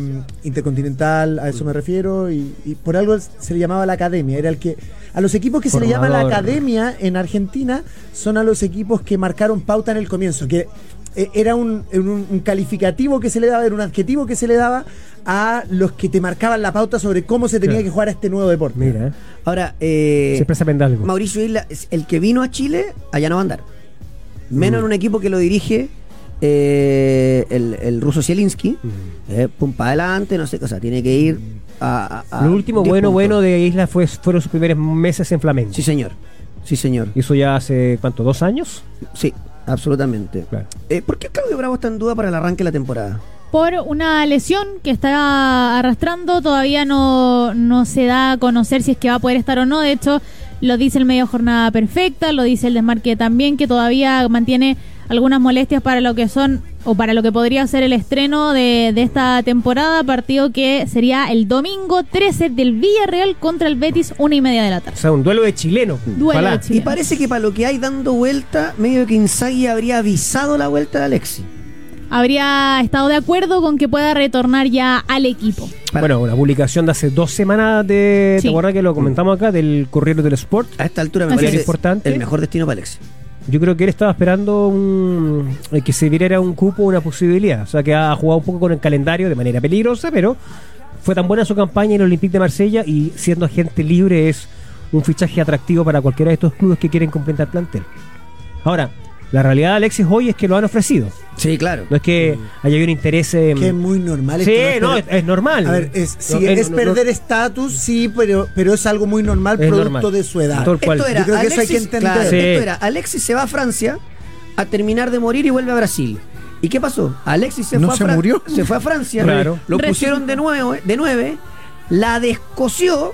intercontinental, a eso Mm. me refiero, y, y por algo se le llamaba la academia. Era el que. A los equipos que se le llama la Formador. academia en Argentina son a los equipos que marcaron pauta en el comienzo, que eh, era un, un- un calificativo que se le daba, era un adjetivo que se le daba a los que te marcaban la pauta sobre cómo se tenía Claro. que jugar a este nuevo deporte. Mira, ahora eh, se expresa Pendalgo. Mauricio Isla, es el que vino a Chile, allá no va a andar. Mm. Menos en un equipo que lo dirige eh, el, el ruso Zielinski. Mm. Eh, pum para adelante, no sé, o sea, tiene que ir a. a- a Lo último 10 bueno Ah, puntos. bueno de Isla fue, fueron sus primeros meses en Flamengo. Sí, señor. Sí, señor. ¿Y eso ya hace cuánto? ¿Dos años? Sí, absolutamente. Claro. Eh, ¿Por qué Claudio Bravo está en duda para el arranque de la temporada? por una lesión que está arrastrando. Todavía no, no se da a conocer si es que va a poder estar o no. De hecho, lo dice el medio jornada perfecta, lo dice el desmarque también, que todavía mantiene algunas molestias para lo que son o para lo que podría ser el estreno de, de esta temporada, partido que sería el domingo 13 del Villarreal contra el Betis, una y media de la O tarde. sea, un duelo de chileno. Duelo Ojalá. de Y chilenos. parece que para lo que hay dando vuelta, medio que Inzaghi habría avisado la vuelta de Alexis. Habría estado de acuerdo con que pueda retornar ya al equipo. Para- Bueno, una publicación de hace dos semanas de. Sí. ¿Te acuerdas que lo comentamos acá? Del Corriero del Sport. A esta altura me Así parece es. Importante. el mejor destino para Alexis. Yo creo que él estaba esperando un, eh, que se viera un cupo, una posibilidad. O sea, que ha jugado un poco con el calendario de manera peligrosa, pero fue tan buena su campaña en el Olympique de Marsella y siendo agente libre es un fichaje atractivo para cualquiera de estos clubes que quieren completar plantel. Ahora, la realidad de Alexis hoy es que lo han ofrecido. Sí, claro. No es que haya habido un interés. en Mm. Que es muy normal. Sí, esto, no, Pero- es, es normal. A ver, es, sí, No, eh, es no, no, no. perder estatus, sí, pero, pero es algo muy normal, Es producto normal. de su edad. Todo- cual. Esto era, Yo creo que eso hay Alexis, que entender. claro, Sí. esto era, Alexis se va a Francia a terminar de morir y vuelve a Brasil. ¿Y qué pasó? Alexis se, ¿No fue, se a Fran- murió? se fue a Francia, Claro. lo Resucitó. pusieron de nueve, de nueve, la descoció,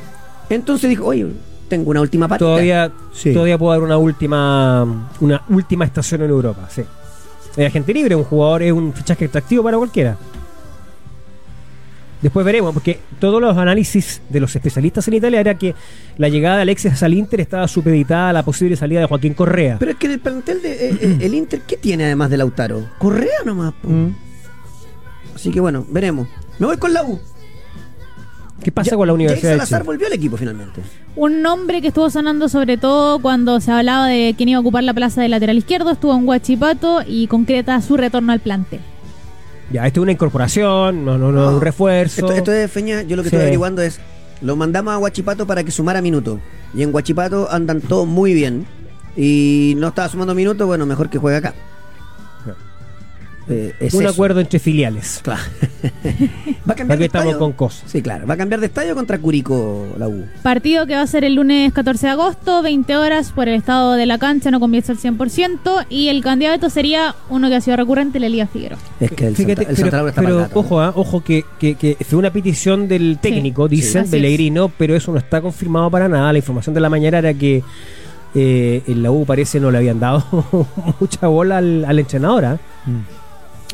entonces dijo, oye, tengo una última patita. todavía, Sí. todavía puedo dar una última una última estación en Europa, sí. El agente libre, un jugador, es un fichaje atractivo para cualquiera. Después veremos, porque todos los análisis de los especialistas en Italia era que la llegada de Alexis al Inter estaba supeditada a la posible salida de Joaquín Correa. Pero es que en el plantel de eh, eh, el Inter, ¿qué tiene además de Lautaro? Correa nomás. po. Mm. Así que bueno, veremos. Me voy con la U. ¿Qué pasa Ya- con la Universidad Jay de Salazar Chile? volvió al equipo finalmente. Un nombre que estuvo sonando sobre todo cuando se hablaba de quién iba a ocupar la plaza de lateral izquierdo, estuvo en Huachipato y concreta su retorno al plantel. Ya, esto es una incorporación, no, no, no, un refuerzo. Ah, Esto, esto es Feña, yo lo que Sí. estoy averiguando es, lo mandamos a Guachipato para que sumara minutos. Y en Guachipato andan todos muy bien. Y no estaba sumando minutos, bueno, mejor que juegue acá. Eh, es un eso. acuerdo entre filiales. Claro. va a cambiar Aquí de estamos estadio. con cosas. Sí, claro. Va a cambiar de estadio contra Curicó la U. Partido que va a ser el lunes 14 de agosto, 20 horas por el estado de la cancha, no comienza al 100%, y el candidato sería uno que ha sido recurrente, la Liga Figueroa. Es que el, Fíjate, Santa- el pero, Santa Laura está pero pa'l gato, ¿no? ojo, ah, ojo que, que, que fue una petición del técnico, sí. dicen, Así Pellegrino, pero eso no está confirmado para nada. La información de la mañana era que eh, en la U parece no le habían dado mucha bola al, al entrenador. ah.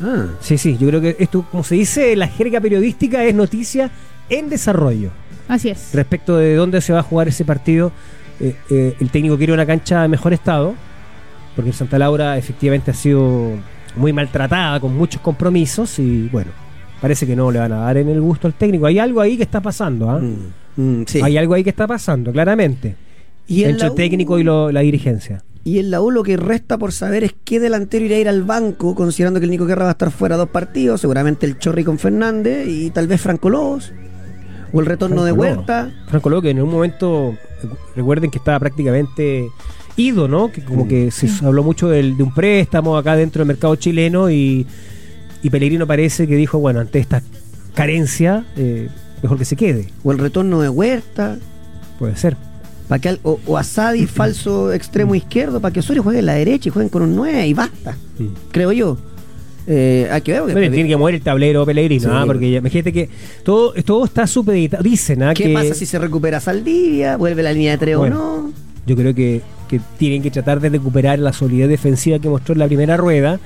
Ah. Sí, sí, yo creo que esto, como se dice, la jerga periodística es noticia en desarrollo. Así es. Respecto de dónde se va a jugar ese partido, eh, eh, el técnico quiere una cancha de mejor estado, porque el Santa Laura efectivamente ha sido muy maltratada, con muchos compromisos y bueno, parece que no le van a dar en el gusto al técnico. Hay algo ahí que está pasando, ¿ah? Mm, mm, sí. Hay algo ahí que está pasando, claramente. Y en entre la el técnico y lo- la dirigencia. Y en la U lo que resta por saber es qué delantero irá a ir al banco, considerando que el Nico Guerra va a estar fuera dos partidos, seguramente el Chorri con Fernández y tal vez Franco Lobos, o el retorno de Franco Lobo. Huerta. Franco Lobo, que en un momento, eh, recuerden que estaba prácticamente ido, ¿no? Que como que se habló mucho del- de un préstamo acá dentro del mercado chileno y, y Pellegrino parece que dijo, bueno, ante esta carencia, eh, mejor que se quede. O el retorno de Huerta, Puede ser. para que al- o, o Asadi, falso Mm. extremo izquierdo, para que Osorio juegue en la derecha y jueguen con un 9 y basta, creo yo. Eh, hay que ver. porque- Mm. Bueno, tiene que mover el tablero Pellegrino, Sí, ¿ah? porque bueno. ya- imagínate que todo, todo está supeditado. Dicen, ¿ah? ¿Qué que pasa si se recupera Saldivia? ¿Vuelve la línea de tres Bueno. o no? Yo creo que, que tienen que tratar de recuperar la solidez defensiva que mostró en la primera rueda.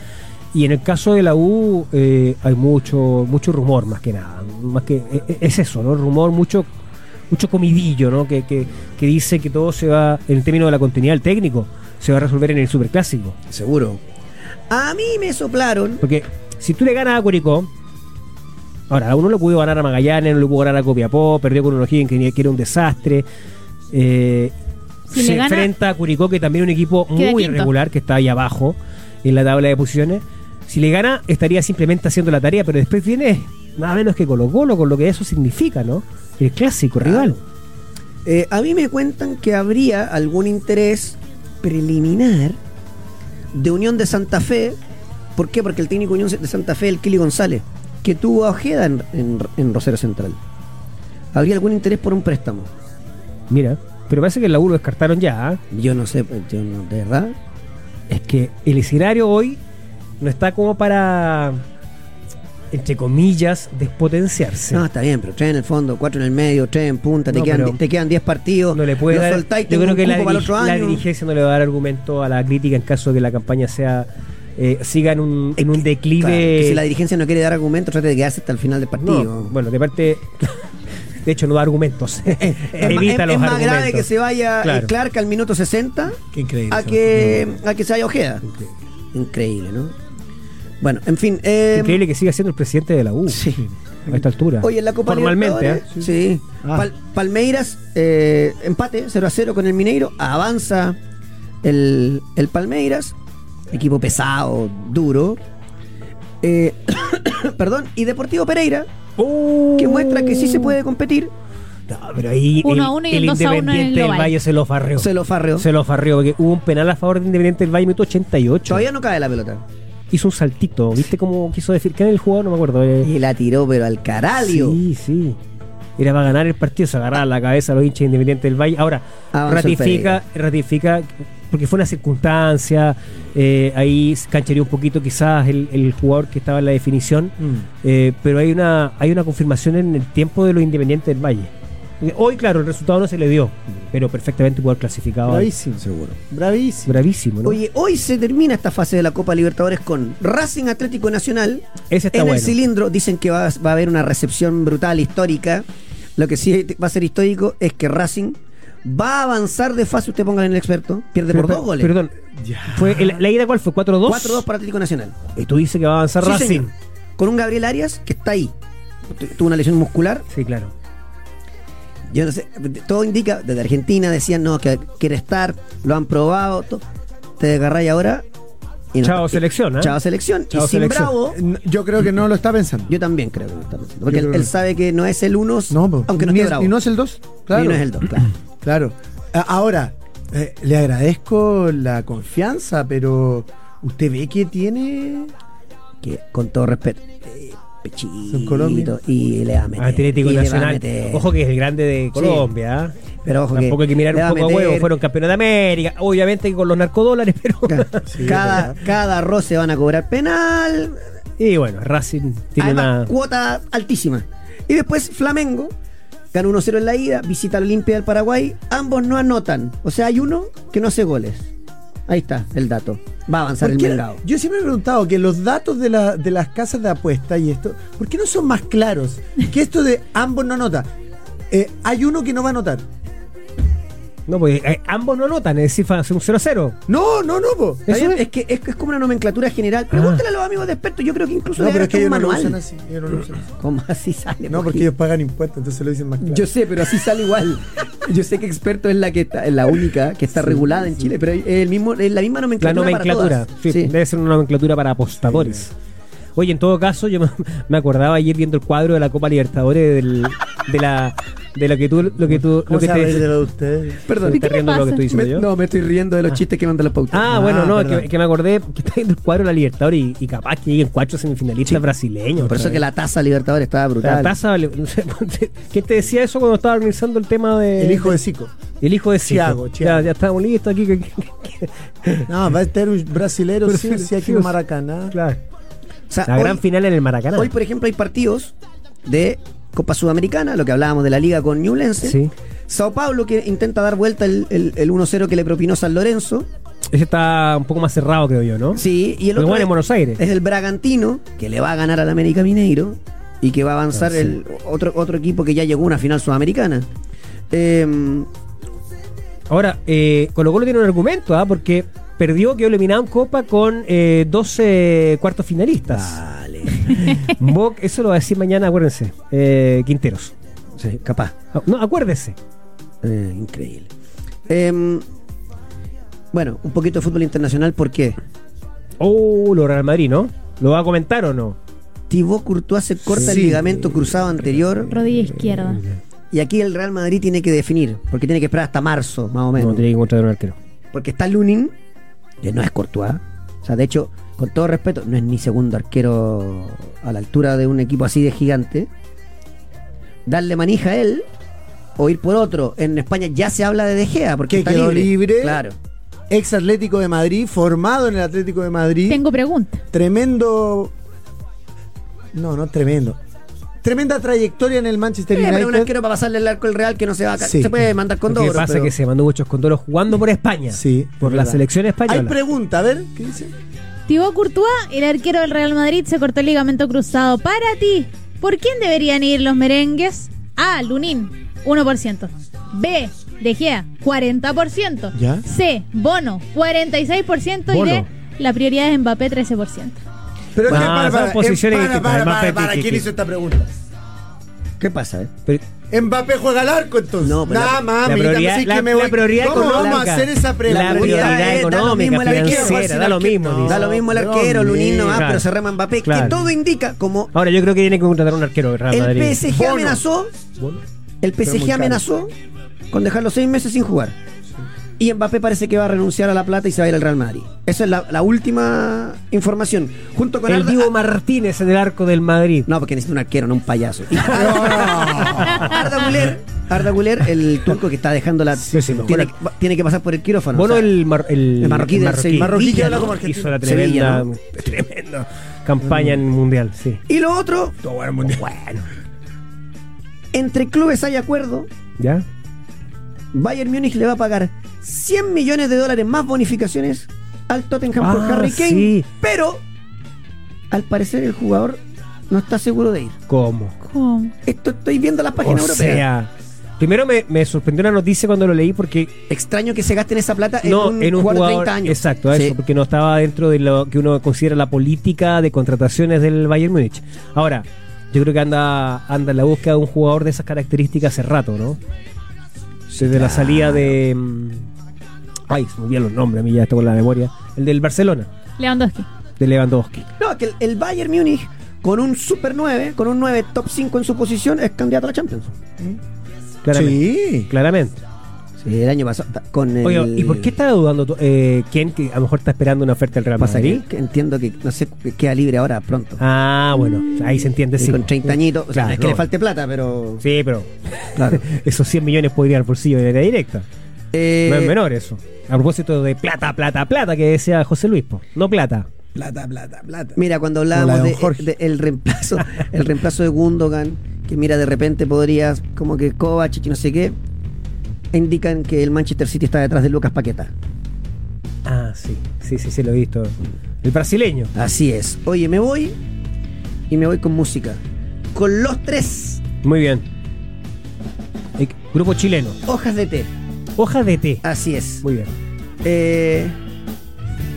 Y en el caso de la U eh, hay mucho mucho rumor, más que nada. más que e- e- Es eso, ¿no? Rumor, mucho mucho comidillo, ¿no? Que, que, que dice que todo se va, en términos de la continuidad del técnico, se va a resolver en el Superclásico. Seguro. A mí me soplaron. Porque si tú le ganas a Curicó, ahora uno lo pudo ganar a Magallanes, no lo pudo ganar a Copiapó, perdió con un O'Higgins que, que era un desastre. eh, Si se le gana- enfrenta a Curicó, que también es un equipo Queda muy quinto. irregular, que está ahí abajo en la tabla de posiciones. Si le gana, estaría simplemente haciendo la tarea, pero después viene nada menos que Colo Colo, con lo que eso significa, ¿no? El clásico rival. Eh, a mí me cuentan que habría algún interés preliminar de Unión de Santa Fe. ¿Por qué? Porque el técnico de Unión de Santa Fe es el Kili González, que tuvo a Ojeda en, en- en Rosario Central. ¿Habría algún interés por un préstamo? Mira, pero parece que el laburo lo descartaron ya. ¿ah? Yo no sé, pues, yo no- de verdad. es que el escenario hoy no está como para, entre comillas, despotenciarse. No, está bien, pero tres en el fondo, cuatro en el medio, tres en punta, te, No, quedan, pero- di- te quedan diez partidos. No le puede los dar. soltáis, yo tengo creo un que la, cupo para el dirige- otro la año. dirigencia no le va a dar argumento a la crítica en caso de que la campaña sea eh, siga en un, en un declive. Claro, que si la dirigencia no quiere dar argumentos, trate de quedarse hasta el final del partido. No, bueno, de parte. De hecho, no da argumentos. es, ma- es- Evita es los más argumentos. grave que se vaya eh, Claro. Clark al minuto 60 Qué increíble. a eso. que, a que se vaya Ojeda. Increíble, ¿no? Bueno, en fin. eh, Increíble que siga siendo el presidente de la U. Sí. A esta altura. Hoy en la Copa Formalmente, ¿eh? Libertadores, Sí. Ah. Pal- Palmeiras, eh, empate 0 a 0 con el Mineiro. Avanza el, el Palmeiras. Equipo pesado, duro. Eh, perdón. Y Deportivo Pereira, que muestra que sí se puede competir. No, pero ahí Uno el- a uno y el, el dos a uno en el Independiente del global. Valle se lo farreó. Se lo farreó. Se lo farrió porque hubo un penal a favor de Independiente del Valle, minuto 88. Todavía no cae la pelota. Hizo un saltito, ¿viste cómo quiso decir? ¿Quién era el jugador? No me acuerdo. eh. Y la tiró, pero al caralio. Sí, sí. Era para ganar el partido, se agarraba la cabeza a los hinchas de Independiente del Valle. Ahora, Avanzó el ratifica, ratifica, porque fue una circunstancia, eh, ahí se canchereó un poquito quizás el, el jugador que estaba en la definición, Mm. eh, pero hay una, hay una confirmación en el tiempo de los Independientes del Valle. Eh, Hoy, claro, el resultado no se le dio, pero perfectamente jugador clasificado. Bravísimo. Seguro. Bravísimo. Bravísimo, ¿no? Oye, hoy se termina esta fase de la Copa Libertadores con Racing Atlético Nacional. Ese está en bueno. el cilindro dicen que va, va a haber una recepción brutal, histórica. Lo que sí va a ser histórico es que Racing va a avanzar de fase, usted pongan en el experto, pierde Pero, por dos goles. Perdón. Fue, el- ¿La ida cuál fue? ¿4-2? 4-2 para Atlético Nacional. Y tú dices que va a avanzar Sí, Racing. señor. Con un Gabriel Arias que está ahí. Tu- Tuvo una lesión muscular. Sí, claro. Yo no sé, todo indica, desde Argentina decían no, que quiere estar, lo han probado, to- te desgarráis ahora. y no- Chao y- selección, ¿eh? Chao selección. Chao y sin selección. Bravo, N- Yo creo que no lo está pensando. yo también creo que no está pensando, Porque Yo él, creo él que- sabe que no es el uno, No, po. aunque no Ni esté es- Bravo. Y no es el 2. Claro. Y no es el dos, claro. Claro. A- Ahora, eh, le agradezco la confianza, pero usted ve que tiene. que con todo respeto. eh, Pechito, Son Colombia. y le va a meter. Atlético y le va a Nacional. meter. Ojo que es el grande de Colombia. ¿eh? Pero ojo que Tampoco hay que mirar le un va a poco a huevo. meter. Fueron campeones de América. Obviamente que con los narcodólares, pero. Ca- cada, cada roce van a cobrar penal. y bueno, Racing tiene Además, una. cuota altísima. Y después Flamengo gana 1-0 en la ida, visita al Olimpia del Paraguay. Ambos no anotan. O sea, hay uno que no hace goles. Ahí está el dato. Va a avanzar el ¿Por qué- mercado. Yo siempre he preguntado que los datos de, la- de las casas de apuesta y esto, ¿por qué no son más claros? Que esto de ambos no nota. Eh, hay uno que no va a notar. No, pues eh, ambos no anotan, es decir, hace un 0-0. No, no, no, po. Está Eso bien, es. es. que es, que es como una nomenclatura general. Pregúntale a los amigos de expertos. Yo creo que incluso Ah. No, debe pero haber es que hasta ellos un manual. no lo usan así. Ellos no lo usan así. ¿Cómo así sale? No, porque Jorge? ellos pagan impuestos, entonces lo dicen más claro. Yo sé, pero así sale igual. Yo sé que experto es la que está, es la única que está regulada en Chile, pero es el mismo, es la misma La nomenclatura. nomenclatura. Para todas. sí, Sí. Debe ser una nomenclatura para apostadores. Oye, en todo caso, yo me- me acordaba ayer viendo el cuadro de la Copa Libertadores del- de la de lo que tú lo que tú lo ¿Cómo que se va a reír de te lo de ustedes? Perdón. ¿Estás riendo de lo que estoy Me- diciendo yo? no, me estoy riendo de los chistes que mandan las pautas. Ah, Ah, bueno, no, perdón. que, que me acordé que está viendo el cuadro de la Libertadores y, y capaz que lleguen cuatro semifinalistas brasileños. Por eso que otra la taza Libertadores estaba vez. la brutal. taza vale- no sé, ¿Quién te decía eso cuando estaba organizando el tema de El hijo de Zico. el hijo de Zico? Thiago, Ya, Thiago. ya estamos listos aquí. que- que- que- No, va a estar un brasilero, sí, sí, aquí en sí. Maracaná. claro. O sea, La Ah, hoy- gran final en el Maracaná. Hoy, por ejemplo, hay partidos de Copa Sudamericana, lo que hablábamos de la liga con Newlense. Sí. Sao Paulo que intenta dar vuelta el, el- el 1-0 que le propinó San Lorenzo. Ese está un poco más cerrado, creo yo, ¿no? Sí, y el Pero otro bueno, en es- Buenos Aires. es el Bragantino, que le va a ganar al América Mineiro y que va a avanzar Ah, sí. el otro, otro equipo que ya llegó a una final sudamericana. Em, Ahora, eh, Colo Colo tiene un argumento, ¿ah? Porque perdió, quedó eliminado en Copa con eh, 12 cuartos finalistas. vale. Boc- eso lo va a decir mañana, acuérdense. eh, Quinteros. Sí, capaz. Ah, No, acuérdese. Eh, increíble. Em, bueno, un poquito de fútbol internacional, ¿por qué? Oh, lo Real Madrid, ¿no? ¿Lo va a comentar o no? Thibaut Courtois se corta Sí. el ligamento cruzado anterior Rodilla izquierda. y aquí el Real Madrid tiene que definir, porque tiene que esperar hasta marzo, más o menos. No, tiene que encontrar un arquero. Porque está Lunin, que no es Courtois. O sea, de hecho, con todo respeto, no es ni segundo arquero a la altura de un equipo así de gigante. Darle manija a él o ir por otro. En España ya se habla de De Gea, porque Que está quedó libre. Claro. Ex Atlético de Madrid, formado en el Atlético de Madrid. Tengo pregunta. Tremendo. No, no tremendo. Tremenda trayectoria en el Manchester Eh, United. pero un arquero para pasarle el arco al Real que no se va a ca- Sí. Se puede mandar con Lo dos. que pasa pero- es que se mandó muchos condoros jugando por España. Sí, Por es la verdad. selección española. Hay pregunta, a ver, ¿qué dice? Thibaut Courtois, el arquero del Real Madrid, se cortó el ligamento cruzado. Para ti, ¿por quién deberían ir los merengues? A. Lunín, 1%. B. De Gea, 40%. Ya. C. Bono, 46%. Y D. Bono. La prioridad es Mbappé, 13%. Pero No, es que para, son para, posiciones para, distintas, para, además, para, para, Petit, ¿quién que- hizo esta pregunta? ¿Qué pasa, eh? Pero- Mbappé juega al arco entonces. No, pues la- Nah, mami, la dame prioridad, sí la, que me la voy. prioridad ¿Cómo económica. vamos a hacer esa La pregunta? Eh, prioridad da lo mismo económica, el arquero, financiera, fácil, da lo arquero. mismo. No. dice. Da lo mismo el Dios arquero, Lunin no va, mío. pero se rema Mbappé. Claro. Que todo indica como Ahora yo creo que tiene que encontrar un arquero del Real el Madrid. PSG amenazó Bono. El Pero muy PSG caro. amenazó con dejarlo seis meses sin jugar. Y Mbappé parece que va a renunciar a la plata y se va a ir al Real Madrid. Esa es la, la última información. Junto con El Arda- Ah, Divo Martínez en el arco del Madrid. No, porque necesita un arquero, no un payaso. Y- Arda Güler, Arda Güler, el turco que está dejando la... Sí, sí, mejor tiene, arquero. tiene que pasar por el quirófano. Bono o sea, el, mar- el, el marroquí del Sevilla, Marroquí que habla ¿no? como argentino. hizo la Sevilla, tremenda, ¿no? tremenda campaña en el mundial, sí. Y lo otro, Bueno, entre clubes hay acuerdo. ¿ya? Bayern Múnich le va a pagar 100 millones de dólares más bonificaciones al Tottenham por Ah, Harry Kane. sí. Pero, al parecer, el jugador no está seguro de ir. ¿Cómo? ¿Cómo? Esto estoy viendo la O página europea. sea, primero me, me sorprendió la noticia cuando lo leí porque Extraño que se gasten esa plata en no un, en un jugador jugador, de 30 años. exacto, a Sí. eso, porque no estaba dentro de lo que uno considera la política de contrataciones del Bayern Múnich. Ahora, yo creo que anda anda en la búsqueda de un jugador de esas características hace rato, ¿no? Desde la salida de mm, Ay, se me olvidan los nombres, a mí ya estoy con la memoria. El del Barcelona, Lewandowski. de Lewandowski. No, que el, el Bayern Múnich, con un Super 9, con un 9 top 5 en su posición, es candidato a la Champions. Claramente. Sí. Claramente. Sí, el año pasado. ta- Con el, Oye, ¿y por qué está dudando tú, eh, quién que a lo mejor está esperando una oferta del Real pasa Madrid? que, que entiendo que no sé que queda libre ahora pronto. Ah, bueno, ahí se entiende, Y sí. con 30 añitos, o sea, Claro, no es que le no. falte plata, pero. Sí, pero Claro. esos 100 millones podrían ir al bolsillo de la directa. Eh, no es menor eso. A propósito de plata, plata, plata que decía José Luis, po. no plata. Plata, plata, plata. Mira, cuando Hola, hablábamos don de, Jorge. de el reemplazo, el reemplazo de Gundogan, que mira, de repente podrías, como que Kovacic y no sé qué, indican que el Manchester City está detrás de Lucas Paqueta. Ah, sí, sí, sí, sí, lo he visto. El brasileño. Así es. Oye, me voy y me voy con música. Con los tres Muy bien. El grupo chileno. hojas de té. Hojas de té. Así es. Muy bien. Eh,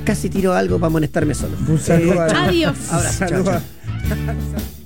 casi tiro algo para amonestarme solo. Un saludo Eh, a- Adiós. Abrazo. chao, saludo chao. a-